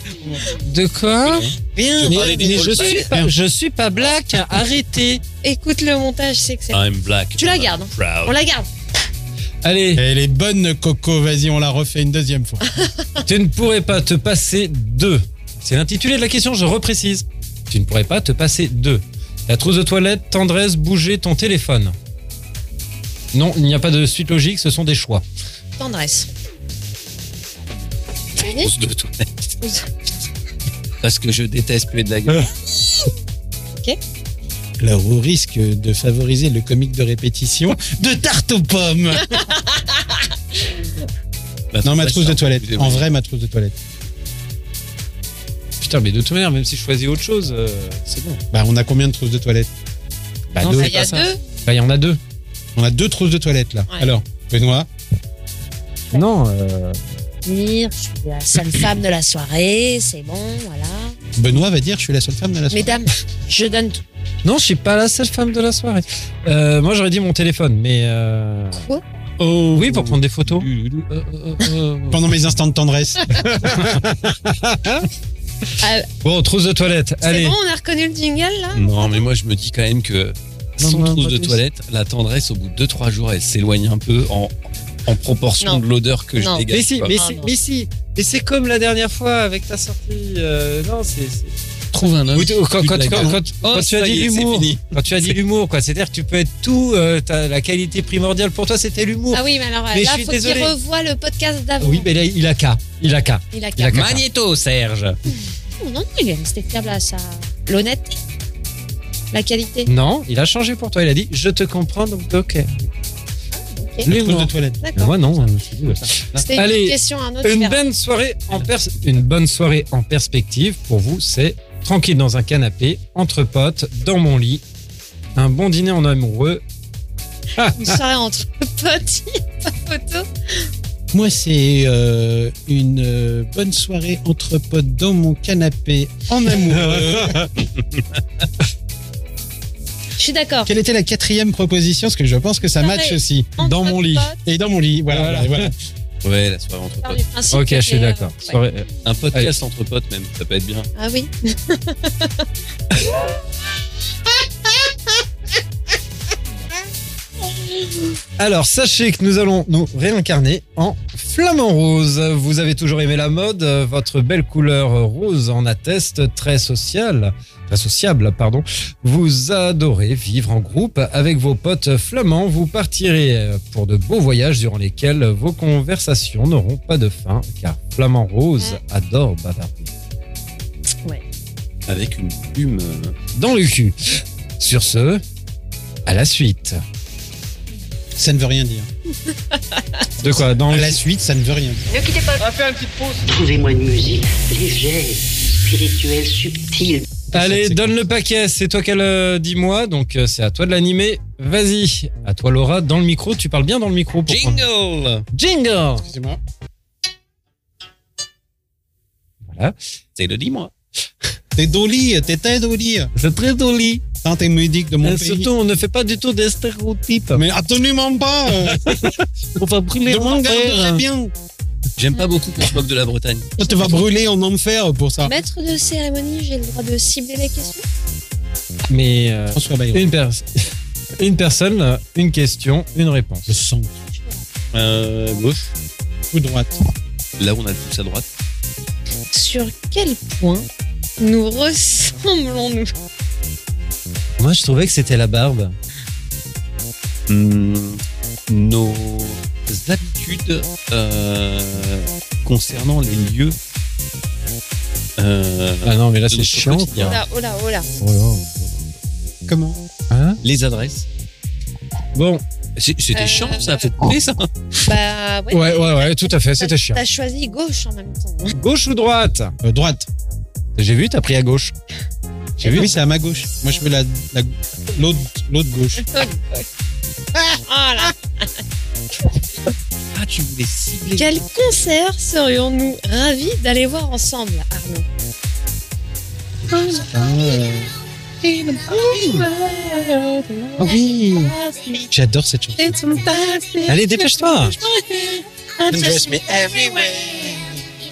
S2: De quoi Bien.
S5: Je parlais des
S2: je,
S5: All
S2: suis
S5: Blacks.
S2: pas, je suis pas black. hein. Arrêtez.
S4: Écoute le montage, c'est
S2: Ah.
S4: excellent.
S5: I'm black.
S4: Tu la gardes, hein. On la garde.
S2: Allez.
S3: Elle est bonne, Coco. Vas-y, on la refait une deuxième fois.
S2: Tu ne pourrais pas te passer de. C'est l'intitulé de la question, je reprécise. Tu ne pourrais pas te passer de. La trousse de toilette, tendresse, bouger ton téléphone. Non, il n'y a pas de suite logique, ce sont des choix.
S4: Tendresse. Ah,
S5: Grosse de toilette. Parce que je déteste puer de la gueule.
S3: Alors, au risque de favoriser le comique de répétition, de tarte aux pommes. non, ma trousse de toilette. En vrai, ma trousse de toilette.
S2: Putain, mais de toute manière, même si je choisis autre chose, euh, c'est bon.
S3: Bah, on a combien de trousses de toilette
S2: Bah,
S4: Ah,
S2: deux,
S4: Il y a
S2: c'est pas ça.
S4: deux.
S2: Bah, il y en a deux.
S3: On a deux trousses de toilette là.
S4: Ouais.
S3: Alors, Benoît,
S2: Non, euh,
S4: Dire, je suis la seule femme de la soirée, c'est bon, voilà.
S3: Benoît va dire je suis la seule femme de la soirée.
S4: Mesdames, je donne tout.
S2: non, je suis pas la seule femme de la soirée. Euh, moi, j'aurais dit mon téléphone, mais. euh,
S4: Quoi
S2: Oh, oui, pour prendre des photos. Euh,
S3: Pendant mes instants de tendresse.
S2: Bon, trousse de toilette,
S4: C'est
S2: allez.
S4: bon, on a reconnu le jingle là
S5: Non, mais moi je me dis quand même que sans
S2: Non, non,
S5: trousse
S2: pas
S5: de
S2: plus.
S5: toilette, la tendresse au bout de 2-3 jours, elle s'éloigne un peu en, en proportion
S4: Non.
S5: de l'odeur que
S4: Non.
S5: je dégage.
S2: Mais si,
S5: quoi.
S2: mais,
S4: Ah,
S2: si,
S4: non.
S2: mais si, mais c'est comme la dernière fois avec ta sortie. euh, non, c'est. c'est-
S5: trouve un homme.
S2: Ou tu- ou Quand, quand-
S5: la
S2: quand-
S5: gueule.
S2: quand- quand tu as
S5: ça
S2: dit
S5: y est, c'est
S2: l'humour,
S5: fini.
S2: quand tu as dit l'humour, quoi, c'est-à-dire que tu peux être tout. euh, t'as- la qualité primordiale pour toi, c'était l'humour.
S4: Ah oui, mais alors
S2: Mais je
S4: là,
S2: suis
S4: faut qu'il
S2: désolé.
S4: revoie le podcast d'avant.
S2: oui, mais là, il a qu'à. Il a qu'à.
S4: Il a
S2: Il a
S4: qu'à.
S2: qu'à.
S1: Magnéto, Serge.
S4: Non, non, il est resté fiable à sa. L'honnêteté. La qualité.
S2: Non, il a changé pour toi. Il a dit Je te comprends, donc ok.
S4: ok.
S3: Trousse de
S2: L'humour.
S3: toilette.
S2: Mais
S4: D'accord.
S2: Moi, non. hein, je me suis dit, voilà.
S4: C'était
S2: Allez,
S4: une question à un autre.
S2: Une
S4: verre.
S2: bonne, soirée en pers- une bonne soirée en perspective, pour vous, c'est tranquille dans un canapé, entre potes, dans mon lit, un bon dîner en amoureux.
S4: Une soirée entre potes, il y a pas de photo.
S3: Moi, c'est euh, une euh, bonne soirée entre potes dans mon canapé en amoureux.
S4: Je suis d'accord.
S3: Quelle était la quatrième proposition Parce que je pense que ça
S4: Pareil.
S3: match aussi.
S4: Entre
S2: dans mon lit.
S4: potes,
S3: Et dans mon lit, voilà.
S2: Voilà.
S3: voilà, voilà.
S5: Ouais, la soirée entre
S4: par
S5: potes.
S4: du principe
S2: Ok,
S4: que
S2: je suis
S4: t'es, euh,
S2: d'accord.
S4: ouais.
S2: Soirée- euh,
S5: Un podcast entre potes même, ça peut être bien.
S4: Ah oui.
S2: Alors, sachez que nous allons nous réincarner en flamant rose. Vous avez toujours aimé la mode, euh, votre belle couleur rose en atteste, très sociale, très sociable, pardon. Vous adorez vivre en groupe avec vos potes flamands. Vous partirez euh, pour de beaux voyages durant lesquels vos conversations n'auront pas de fin, car flamand rose adore bavarder
S5: Avec une plume. euh,
S2: dans le cul. Sur ce, à la suite.
S3: Ça ne veut rien dire.
S2: De quoi Dans
S3: À
S2: le
S3: la suite, ça ne veut rien dire.
S7: Ne quittez pas.
S6: Trouvez-moi une musique légère, spirituelle, subtile.
S2: Allez, donne le paquet, c'est toi qu'elle le dis-moi, donc euh, c'est à toi de l'animer. Vas-y, à toi Laura, dans le micro, tu parles bien dans le micro. pour prendre-
S5: Jingle
S2: Jingle
S3: Excusez-moi.
S5: C'est le dis-moi.
S3: T'es Dolly, t'es très Dolly.
S2: C'est très joli.
S3: Tant t'es médic de mon
S2: Et
S3: pays.
S2: Euh, Surtout, on ne fait pas du tout des stéréotypes.
S3: Mais absolument pas. euh,
S2: on va brûler
S3: de
S2: en
S3: mon
S2: enfer.
S3: garde, très bien.
S5: J'aime pas beaucoup qu'on se moque de la Bretagne.
S3: Toi, tu vas brûler en enfer pour
S2: Ah.
S3: ça.
S4: Maître de cérémonie, j'ai le droit de cibler les questions.
S2: Mais euh,
S3: François Bayrou.
S2: une, pers- une personne, euh, une question, une réponse.
S3: Le sang.
S5: Euh, gauche.
S3: Ou droite.
S5: Là où on a le pouce à droite.
S4: Sur quel point nous ressemblons-nous
S2: Moi, je trouvais que c'était la barbe.
S5: Hmm, nos habitudes euh, concernant les lieux euh,
S3: Ah non, mais là,
S5: de
S3: c'est
S5: notre
S3: chiant.
S5: quotidien.
S4: Oh là, oh là, oh là.
S3: Comment Hein
S5: Les adresses.
S2: Bon,
S5: C'est- C'était
S4: Euh,
S5: chiant, ça. Faut couper ça.
S4: Bah ouais.
S2: ouais, ouais, ouais, tout à fait,
S4: T'as-
S2: c'était chiant.
S4: T'as choisi gauche en même temps.
S2: Gauche ou droite
S3: Euh, Droite.
S2: J'ai vu, t'as pris à gauche.
S3: J'ai vu, Eh c'est à ma gauche. Moi, je veux la, la- l'autre, l'autre gauche.
S4: hein. Ah là.
S5: Ah, tu voulais cibler.
S4: Quel concert serions-nous ravis d'aller voir ensemble, Arnaud
S3: Ah oui J'adore cette chanson.
S2: Allez, dépêche-toi
S6: Dress me everywhere.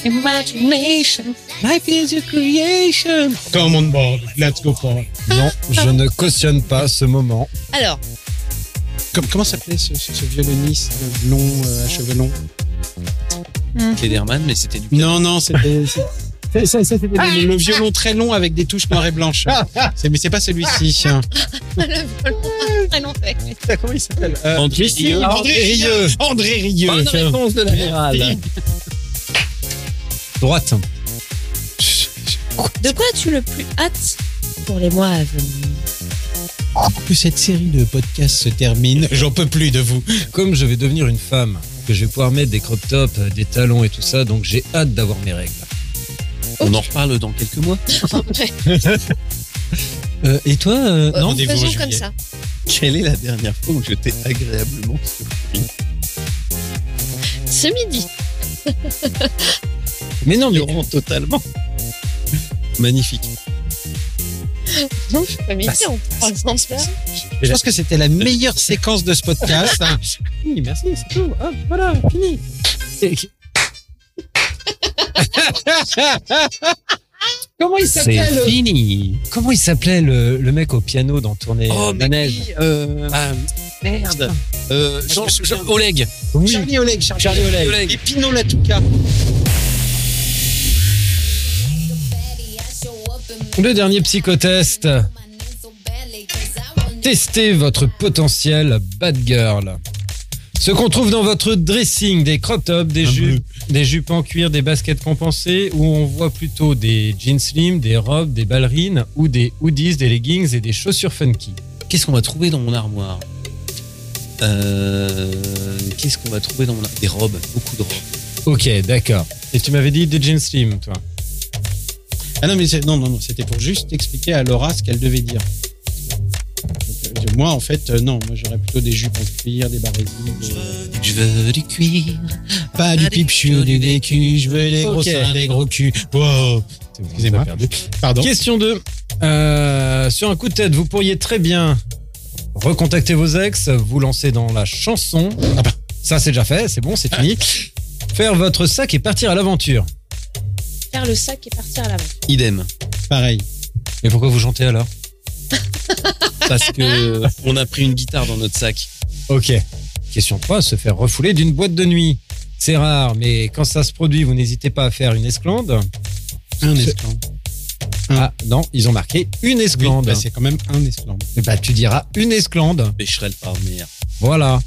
S3: Come on board, let's go for it.
S2: Non, je ne cautionne pas ce moment.
S4: Alors,
S3: Com- comment s'appelait ce, ce- ce violoniste euh, blond euh, à cheveux longs
S5: Federman, mais c'était du.
S3: Non, non, c'était. c'est- Ah. c'est- c'était le, le violon très long avec des touches noires et blanches. C'est- mais c'est pas celui-ci. hein.
S4: le volant, très long fait.
S3: Comment il s'appelle
S5: André Rieu.
S2: Ah,
S3: André Rieu. André Rieu.
S5: Bonne réponse de l'amiral.
S2: Droite.
S4: De quoi as-tu le plus hâte pour les mois à venir
S3: Que cette série de podcasts se termine. J'en peux plus de vous.
S2: Comme je vais devenir une femme, que je vais pouvoir mettre des crop tops, euh, des talons et tout ça, donc j'ai hâte d'avoir mes règles.
S5: On en reparle dans quelques mois.
S2: Euh, et toi euh,
S4: Euh,
S2: Non
S3: rendez-vous en
S4: Faisons
S3: juillet.
S4: comme ça.
S5: Quelle est la dernière fois où je t'ai agréablement
S4: Ce midi.
S2: Mais non, mais
S5: ignorant totalement Magnifique.
S4: Ce
S2: Bah,
S4: midi, on prend le temps de faire.
S3: Je pense que c'était la meilleure séquence de ce podcast. Oui, merci, c'est tout. Hop, voilà, fini. Comment il s'appelle
S5: fini.
S2: comment il s'appelait le, le mec au piano dans Tournée
S5: Oh, mais
S2: Manège
S5: qui, euh, ah, merde. Euh, Jean, Jean- Oleg.
S2: Oui,
S3: Charlie Oleg, Charlie, Oleg.
S5: Oleg.
S3: Et Pino Latouka.
S2: le dernier psychotest. Testez votre potentiel bad girl. Ce qu'on trouve dans votre dressing, des crop tops, des
S3: Un
S2: jupes, des jupes en cuir, des baskets compensées, où on voit plutôt des jeans slim, des robes, des ballerines, ou des hoodies, des leggings et des chaussures funky.
S5: Qu'est-ce qu'on va trouver dans mon armoire Euh, Qu'est-ce qu'on va trouver dans mon armoire Des robes, beaucoup de robes.
S2: Ok, d'accord. Et tu m'avais dit des jeans slim, toi.
S3: Ah non, mais c'est- non, non, non, c'était pour juste expliquer à Laura ce qu'elle devait dire. Donc, euh, Moi, en fait, euh, non, moi j'aurais plutôt des jupes en cuir, des barésilles. des-
S5: Je veux du cuir.
S3: Pas du pipchu, du décu, je veux des gros
S2: Ok.
S3: seins, des gros culs. Wow. Excusez-moi. Pardon.
S2: Question 2. sur un coup de tête, vous pourriez très bien recontacter vos ex, vous lancer dans la chanson. Ah bah, Ah. ça, c'est déjà fait, c'est bon, c'est fini. Faire votre sac et partir à l'aventure.
S4: Faire le sac et partir à l'avant.
S5: Idem.
S3: Pareil.
S2: Mais pourquoi vous chantez alors
S5: Parce que on a pris une guitare dans notre sac.
S2: Ok. Question 3. Se faire refouler d'une boîte de nuit. C'est rare, mais quand ça se produit, vous n'hésitez pas à faire une esclandre.
S3: Un esclandre.
S2: Ah non, ils ont marqué une
S3: Oui,
S2: esclandre.
S3: bah, c'est quand même un esclandre.
S2: Eh bah, tu diras une esclandre.
S5: Bécherel par mer.
S2: Voilà.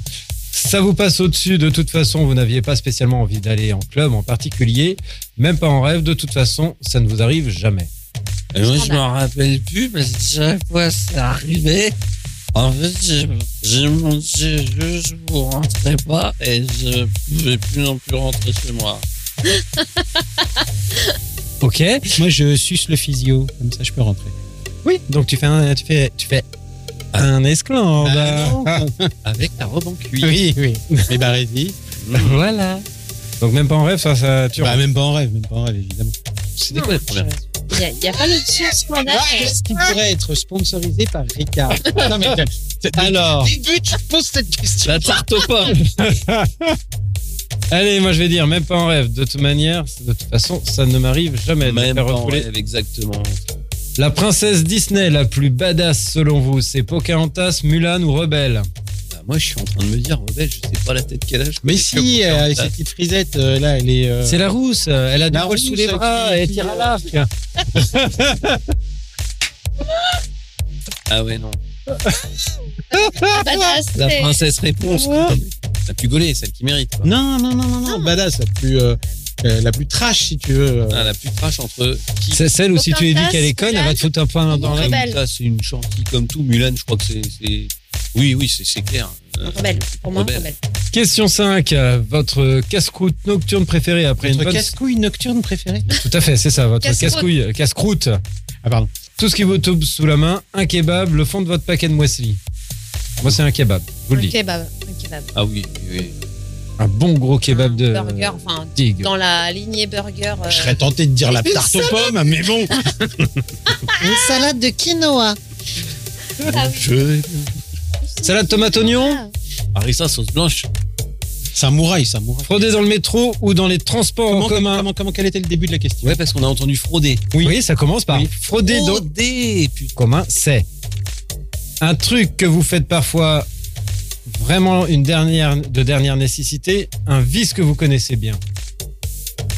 S2: Ça vous passe au-dessus. De toute façon, vous n'aviez pas spécialement envie d'aller en club en particulier, même pas en rêve. De toute façon, ça ne vous arrive jamais.
S5: Et moi, Ah je m'en rappelle plus parce que chaque fois ça arrivait. En fait, j'ai- j'ai monté juste pour rentrer pas et je pouvais plus non plus rentrer chez moi.
S2: Ok.
S3: Moi, je suce le physio, comme ça je peux rentrer.
S2: Oui. Donc tu fais un, tu fais, tu fais un esclandre.
S3: Ah,
S5: Avec ta robe en cuir.
S3: oui, oui. Mais bah, barésilles.
S2: voilà. Donc même pas en rêve, ça, ça tu
S3: Bah, même pas en rêve, même pas en rêve, évidemment.
S5: C'était quoi la première
S4: Il n'y a, pas l'option scandale.
S3: Qu'est-ce qui pourrait être sponsorisé par Ricard Ah. Non, mais euh, alors.
S5: La Bah, tarte aux pommes.
S2: Allez, moi je vais dire même pas en rêve. De toute manière, de toute façon, ça ne m'arrive jamais. de me
S5: Même
S2: faire
S5: pas en
S2: refouler.
S5: rêve, exactement.
S2: La princesse Disney la plus badass selon vous, c'est Pocahontas, Mulan ou Rebelle
S3: Euh.
S5: Bah, moi, je suis en train de me dire, Rebelle, je sais pas la tête qu'elle a. je
S3: Mais
S5: connais que
S3: si,
S5: mon
S3: euh, avec
S5: père.
S3: cette petite frisette, euh, là, elle est. euh,
S2: C'est la rousse, euh, elle a du
S3: La
S2: poil sous
S3: rousse
S2: les bras,
S3: qui-
S2: elle
S3: qui,
S2: tire à
S3: euh,
S2: l'arc.
S5: Ah ouais, non.
S4: Badass,
S5: La
S4: c'est-
S5: princesse réponse. quoi. La plus gaulée, celle qui mérite. quoi.
S3: Non, non, non, non, non, badass, bah la plus. euh, euh, la plus trash, si tu veux. euh,
S5: Ah, la plus trash entre qui
S2: C'est celle où si
S4: Aucun
S2: tu lui dis
S4: tasse,
S2: qu'elle est conne, elle va te foutre un point dans la.
S4: Aucun-
S5: Ah,
S4: Rebelle.
S5: Muta, c'est une chantilly comme tout. Mulan, je crois que c'est. c'est- Oui, oui, c'est- c'est clair.
S4: Un Rebelle, pour moi, un
S5: Rebelle.
S4: rebelle.
S2: Question 5. Votre casse-croûte nocturne préférée après une
S3: Votre
S2: bonne.
S3: casse-couille nocturne préférée
S2: Tout à fait, c'est ça, votre
S4: Casse-croûte.
S2: casse-couille, euh, casse-croûte.
S3: Ah, pardon.
S2: Tout ce qui vous tombe sous la main, un kebab, le fond de votre paquet de muesli. Moi, c'est un kebab, je vous le
S4: Un
S2: dis.
S4: kebab, un kebab.
S5: Ah oui, oui.
S2: Un bon gros kebab
S4: Un
S2: de.
S4: burger, enfin,
S2: Dig.
S4: dans la lignée burger. euh,
S3: Je serais tenté de dire la
S9: Une
S3: tarte aux pommes, mais bon.
S9: Une salade de quinoa.
S4: ah oui.
S3: Je...
S2: Salade tomate oignon,
S4: Ah,
S5: Harissa, sauce blanche.
S3: Samouraï, samouraï.
S2: fraudé dans le métro ou dans les transports
S3: Comment,
S2: en commun.
S3: comment, comment, quel était le début de la question
S5: Ouais, parce qu'on a entendu frauder.
S2: Oui. ça commence par frauder dans
S5: Frauder, putain.
S2: commun, c'est un truc que vous faites parfois vraiment une dernière de dernière nécessité, un vice que vous connaissez bien.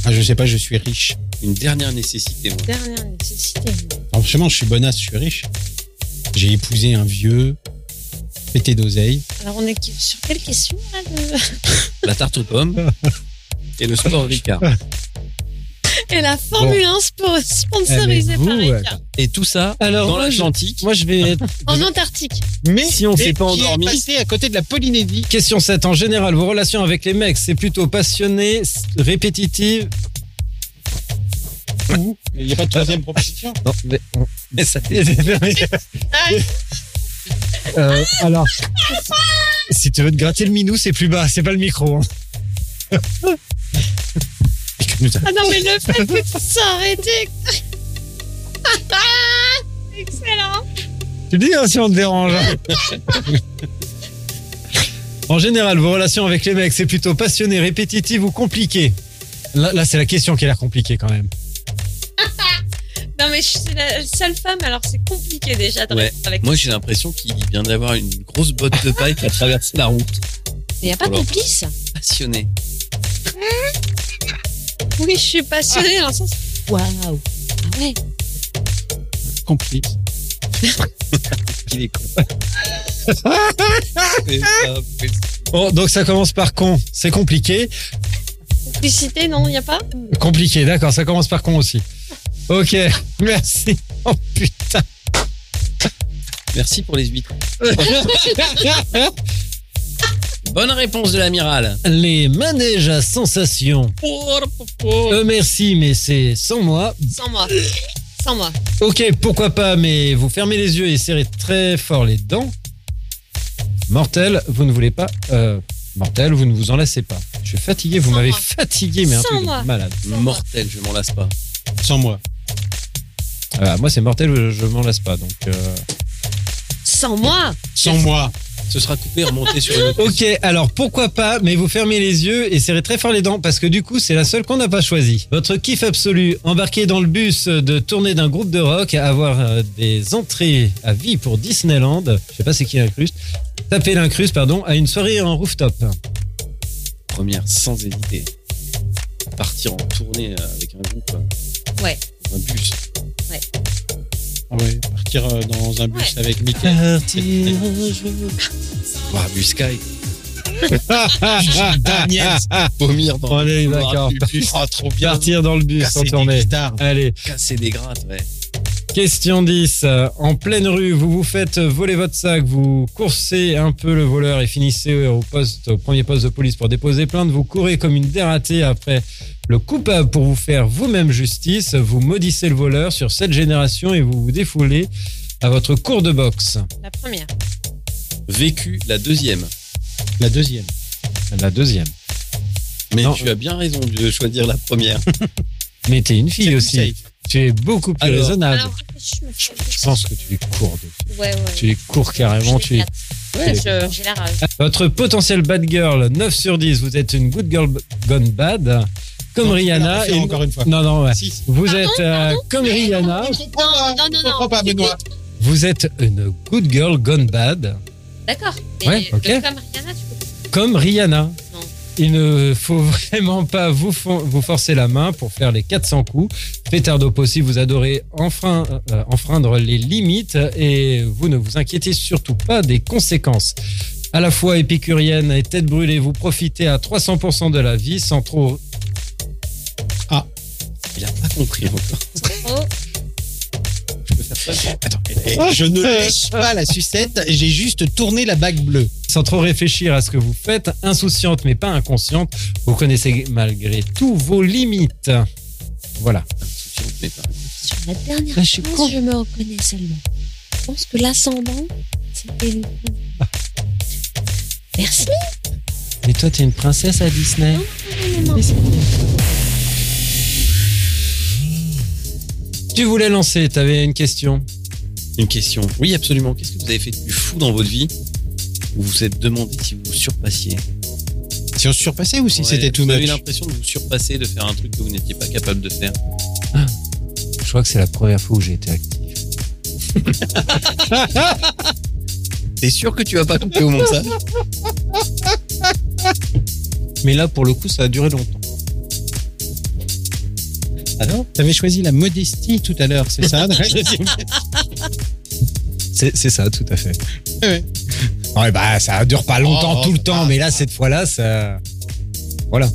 S3: ah, Je sais pas, je suis riche.
S5: Une dernière nécessité, moi.
S4: Dernière nécessité.
S3: Alors, forcément, je suis bonasse, je suis riche. J'ai épousé un vieux pété d'oseille.
S4: Alors, on est qui- sur quelle question là, le-
S5: La tarte aux pommes. Et le sport Ricard.
S4: Et la Formule 1 spo- sponsorisée
S2: Eh, mais
S4: par
S2: vous,
S4: Ricard.
S5: Et tout ça
S3: Ah,
S2: Alors,
S5: dans
S2: moi, je-
S5: l'Atlantique.
S2: Moi, je vais être
S4: En Antarctique.
S3: Mais
S2: Si on
S3: et
S2: s'est pas
S3: qui est
S5: endormi.
S3: passé à côté de la Polynésie.
S2: Question 7. En général, vos relations avec les mecs, c'est plutôt passionné, s- répétitif.
S3: Il n'y a pas de troisième proposition.
S2: Non, mais,
S5: Mais ça fait-
S4: Ah
S2: Euh, alors, si tu veux te gratter le minou, c'est plus bas, c'est pas le micro. hein.
S4: Ah non, mais le fait que tu sois arrêté. Excellent.
S2: Tu le dis hein, si on te dérange. en général, vos relations avec les mecs, c'est plutôt passionné, répétitif ou compliqué. Là, là, c'est la question qui a l'air compliquée quand même.
S4: Non, mais je suis la seule femme, alors c'est compliqué déjà de
S5: Ouais.
S4: répondre avec.
S5: Moi, j'ai l'impression qu'il vient d'avoir une grosse botte de paille qui a traversé la route.
S4: Il n'y a pas de
S5: Alors.
S4: complice
S5: Passionné.
S4: Oui, je suis passionnée dans le sens. Waouh. Ah ouais.
S3: Compliqué.
S5: Il est con. C'est pas possible.
S2: Bon, donc ça commence par con, c'est compliqué.
S4: Complicité, non, il n'y a pas
S2: Compliqué, d'accord, ça commence par con aussi. Ok, merci. Oh putain.
S5: Merci pour les huîtres. Bonne réponse de l'amiral.
S2: Les manèges à sensations. Euh, merci, mais c'est sans moi.
S4: Sans moi. Sans moi.
S2: Ok, pourquoi pas, mais vous fermez les yeux et serrez très fort les dents. Mortel, vous ne voulez pas. euh, mortel, vous ne vous enlacez pas. Je suis fatigué, vous
S4: Sans
S2: m'avez
S4: moi.
S2: fatigué, mais un
S4: Sans
S2: truc de
S4: moi.
S2: malade.
S5: Mortel, je m'en lasse pas.
S3: Sans moi.
S2: Ah, moi, c'est mortel, je, je m'en lasse pas. Donc, euh,
S4: Sans moi.
S3: Sans moi.
S5: Ce sera coupé, remonté sur une autre.
S2: Ok, alors pourquoi pas, mais vous fermez les yeux et serrez très fort les dents parce que du coup, c'est la seule qu'on n'a pas choisie. Votre kiff absolu, embarquer dans le bus de tournée d'un groupe de rock, avoir euh, des entrées à vie pour Disneyland, je sais pas c'est qui l'incruste, taper l'incruste, pardon, à une soirée en rooftop.
S5: Première, sans hésiter. Partir en tournée euh, avec un groupe. euh,
S4: Ouais.
S5: Un bus.
S3: Ah ouais, partir euh, dans un bus avec Mickey.
S5: Voir un bus Sky.
S2: Ah,
S3: Daniel,
S5: Vomir dans
S2: On est d'accord.
S3: oh, trop bien.
S2: Partir dans le bus en
S3: Casser des
S2: tournée.
S3: guitares.
S2: Allez,
S5: Casser des grattes, ouais.
S2: question 10. euh, En pleine rue, vous vous faites voler votre sac, vous coursez un peu le voleur et finissez au poste, au premier poste de police pour déposer plainte. Vous courez comme une dératée après le coupable pour vous faire vous-même justice. Vous maudissez le voleur sur cette génération et vous vous défoulez à votre cours de boxe.
S4: La première.
S5: Vécu la deuxième.
S3: La deuxième.
S2: La deuxième.
S5: Mais
S2: Non.
S5: tu as bien raison de choisir la première.
S2: Mais t'es une
S3: C'est
S2: fille
S3: plus
S2: aussi.
S3: safe.
S2: Tu es beaucoup plus
S5: Alors.
S2: raisonnable.
S4: Alors, je me suis-
S2: Ah, Je pense que tu cours. de-
S4: Ouais, ouais.
S2: Tu cours carrément.
S4: Je
S2: Tu
S4: l'éclate. Ouais, je- j'ai la rage.
S2: Votre potentiel bad girl, 9 sur 10, vous êtes une good girl b- gone bad, comme
S3: Non,
S2: Rihanna.
S3: faire encore une fois.
S2: Non, non, ouais.
S3: Si.
S2: Vous
S4: Pardon,
S2: êtes euh,
S4: pardon
S2: comme Rihanna,
S4: Non, non, non,
S3: Je comprends
S4: non.
S3: pas, Benoît.
S2: vous êtes une good girl gone bad,
S4: D'accord. Mais
S2: Ouais,
S4: le
S2: ok.
S4: Comme Rihanna, tu peux.
S2: comme Rihanna.
S4: Non.
S2: Il ne faut vraiment pas vous, fon- vous forcer la main pour faire les 400 coups. Pétardo possible, vous adorez enfrein- euh, enfreindre les limites et vous ne vous inquiétez surtout pas des conséquences. À la fois épicurienne et tête brûlée, vous profitez à 300% de la vie sans trop
S5: compris encore.
S10: Oh,
S3: Je ne lèche pas la sucette, j'ai juste tourné la bague bleue.
S2: Sans trop réfléchir à ce que vous faites, insouciante mais pas inconsciente, vous connaissez malgré tout vos limites. Voilà.
S5: Mais pas-
S10: Sur la dernière
S2: Là, Bah, je suis
S10: chose,
S2: con.
S10: je me reconnais seulement. Je pense que l'ascendant, c'était une...
S2: Ah.
S10: Merci.
S2: Mais toi, t'es une princesse à Disney. Tu voulais lancer, t'avais une question.
S5: Une question. Oui, absolument. Qu'est-ce que vous avez fait de plus fou dans votre vie Vous vous êtes demandé si vous vous surpassiez.
S3: Si on se surpassait ou si
S5: Ouais,
S3: c'était tout
S5: Vous avez
S3: much
S5: l'impression de vous surpasser, de faire un truc que vous n'étiez pas capable de faire.
S2: Je crois que c'est la première fois où j'ai été actif.
S5: T'es sûr que tu vas pas couper au montage
S2: Mais là, pour le coup, ça a duré longtemps.
S3: Alors, Ah t'avais choisi la modestie tout à l'heure, c'est ça
S2: C'est c'est ça, tout à fait.
S3: Ouais.
S2: Ah Ouais, bah, ça dure pas longtemps
S3: Oh,
S2: tout le
S3: ça
S2: temps,
S3: va,
S2: mais là, cette fois-là, ça. Voilà.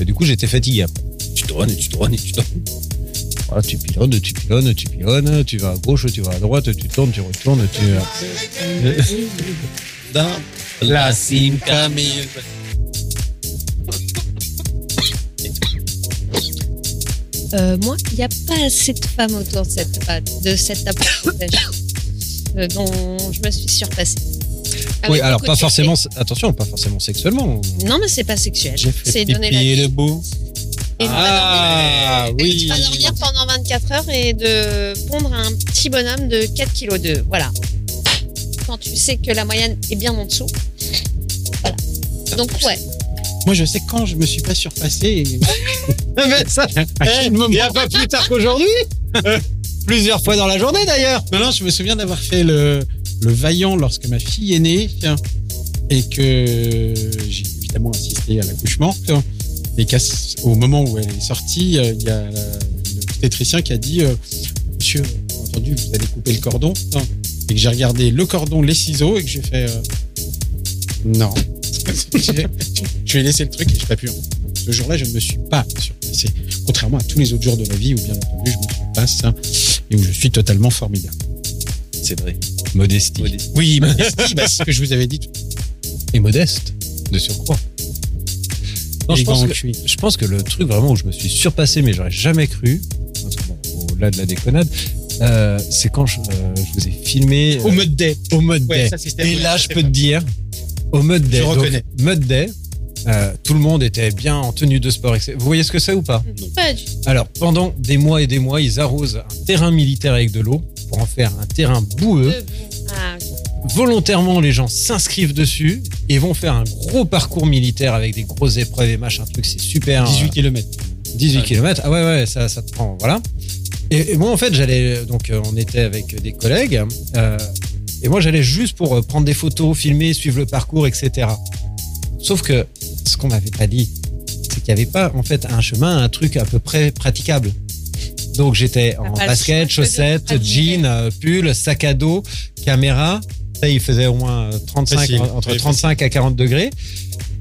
S2: Et du coup, j'étais fatigué. après.
S5: Tu te et tu te et tu te
S2: Voilà, tu pilonnes, tu pilonnes, tu pilonnes, tu vas à gauche, tu vas à droite, tu tournes, tu retournes, tu.
S5: La sim Camille.
S4: Euh, moi, il n'y a pas assez de femmes autour de cette, pa- de cette approche d'âge, euh, dont je me suis surpassée. Ah Avec
S2: oui, alors
S4: beaucoup
S2: pas
S4: de succès.
S2: forcément. Attention, pas forcément sexuellement.
S4: Non, mais c'est pas sexuel.
S2: J'ai fait
S4: C'est donner la
S3: pipi
S4: vie.
S3: et le beau.
S4: Et ne
S3: Ah
S4: pas dormir. Et
S3: oui.
S4: de pas dormir pendant 24 heures et de pondre un petit bonhomme de 4 kg Voilà. Quand tu sais que la moyenne est bien en dessous. Voilà. Donc ouais,
S3: Moi, je sais quand je me suis pas surpassé. mais ça, Eh, Ah, il y a pas plus tard qu'aujourd'hui. Plusieurs fois dans la journée d'ailleurs. Non, non, je me souviens d'avoir fait le, le vaillant lorsque ma fille est née hein, et que j'ai évidemment assisté à l'accouchement. hein, Et qu'à ce- au moment où elle est sortie, euh, il y a euh, le obstétricien qui a dit euh, Monsieur, bien entendu, vous allez couper le cordon. hein. Et que j'ai regardé le cordon, les ciseaux et que j'ai fait euh, Non. J'ai- je vais laisser le truc et je t'appuie. Ce jour-là, je ne me suis pas surpassé. Contrairement à tous les autres jours de la vie où, bien entendu, je me surpasse hein, et où je suis totalement formidable.
S5: C'est vrai.
S2: Modestie.
S5: Modestie.
S3: Oui, modestie, bah, c'est ce que je vous avais dit.
S2: Et modeste, de surcroît. Non, je,
S3: Élégant
S2: pense
S3: en
S2: que,
S3: cuir.
S2: je pense que le truc vraiment où je me suis surpassé, mais j'aurais jamais cru, parce que bon, au-delà de la déconnade, euh, c'est quand je, euh, je vous ai filmé euh,
S3: Au mode day.
S2: au mode
S3: Ouais,
S2: day.
S3: ça, c'était-
S2: Et
S3: ouais,
S2: là,
S3: ça,
S2: je
S3: c'est
S2: peux te
S3: vrai.
S2: dire, au mode day,
S3: Je
S2: donc,
S3: reconnais.
S2: mode day, euh, tout le monde était bien en tenue de sport. etc. Vous voyez ce que c'est ou pas
S4: pas du
S2: Alors, pendant des mois et des mois, ils arrosent un terrain militaire avec de l'eau pour en faire un terrain boueux
S4: tout. Ah, ok.
S2: volontairement les gens s'inscrivent dessus et vont faire un gros parcours militaire avec des grosses épreuves et machin truc c'est super
S3: 18
S2: euh,
S3: km.
S2: 18
S5: Ouais.
S2: km ah ouais ouais ça, ça te prend voilà et, et moi en fait j'allais donc euh, on était avec des collègues euh, et moi j'allais juste pour euh, prendre des photos filmer suivre le parcours etc sauf que ce qu'on m'avait pas dit c'est qu'il n'y avait pas en fait un chemin un truc à peu près praticable donc j'étais en
S4: pas le
S2: basket
S4: choix de
S2: chaussettes
S4: pratiquer.
S2: jeans euh, pull sac à dos caméra ça, il faisait au moins euh, 35,
S3: Facile.
S2: entre
S3: Oui,
S2: 35 à 40 degrés.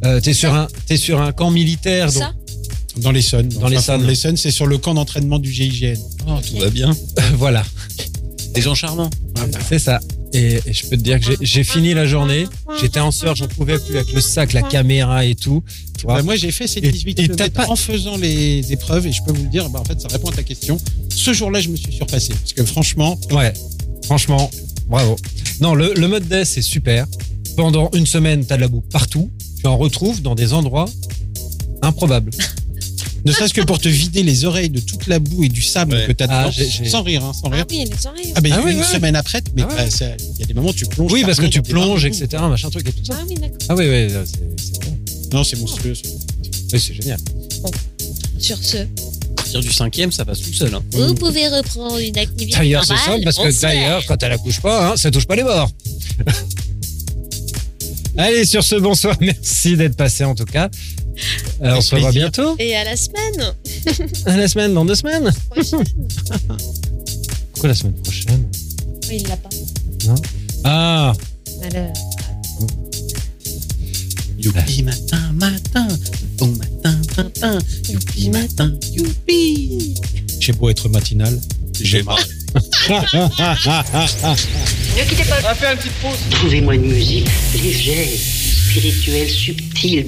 S2: Euh, t'es sur un, t'es sur un camp militaire, donc
S4: Ça
S3: Dans l'Essonne.
S2: Dans l'Essonne.
S3: Dans l'Essonne, c'est sur le camp d'entraînement du GIGN.
S5: Tout va bien.
S2: voilà,
S5: Des gens charmants.
S2: c'est ça. Et, et je peux te dire que j'ai- j'ai fini la journée. J'étais en sueur, j'en pouvais plus avec le sac, la caméra et tout. Tu vois.
S3: Bah, moi, j'ai fait ces
S2: Et-
S3: 18
S2: et t'as
S3: km
S2: pas-
S3: en faisant les épreuves et je peux vous le dire, bah, en fait, ça répond à ta question. Ce jour-là, je me suis surpassé. Parce que franchement,
S2: Ouais, franchement, bravo. Non, le, le mode day, c'est super. Pendant une semaine, t'as de la boue partout. Tu en retrouves dans des endroits improbables.
S3: ne serait-ce que pour te vider les oreilles de toute la boue et du sable
S5: Ouais.
S3: que t'as
S2: Ah,
S3: dedans,
S2: j'ai- j'ai-
S3: sans rire, hein, sans rire.
S4: Ah oui, les oreilles.
S3: Ah, ben,
S2: Ah oui,
S3: une
S2: ouais.
S3: semaine après, mais
S2: Ah ouais.
S3: bah, ça- il y a des moments où tu plonges.
S2: Oui, parce que
S3: carrément
S2: tu
S3: dans des barres
S2: plonges,
S3: de boue.
S2: etc. Machin truc et tout ça.
S4: Ah oui, d'accord.
S2: Ah oui, oui, c'est- c'est bon.
S3: Non, c'est monstrueux.
S2: Oui, c'est génial.
S4: Sur ce.
S5: À partir du cinquième, ça passe tout seul. hein.
S10: Vous pouvez reprendre une activité
S2: Mm. D'ailleurs, c'est
S10: normale,
S2: simple parce
S10: on
S2: que
S10: se lève.
S2: d'ailleurs, quand elle accouche pas, hein, ça touche pas les bords. Allez, sur ce, bonsoir. Merci d'être passé en tout cas. Euh, on se revoit
S3: plaisir.
S2: bientôt.
S4: Et à la semaine
S2: À la semaine, dans deux semaines.
S4: prochaine.
S2: Pourquoi la semaine prochaine
S4: Oui, il l'a pas.
S2: Ah,
S4: Malheur.
S3: Youpi matin, matin, bon matin, matin, youpi matin, youpi. J'ai beau être matinal, j'ai mal.
S7: Ne quittez pas. On va faire une petite pause. Trouvez-moi une musique légère, spirituelle, subtile.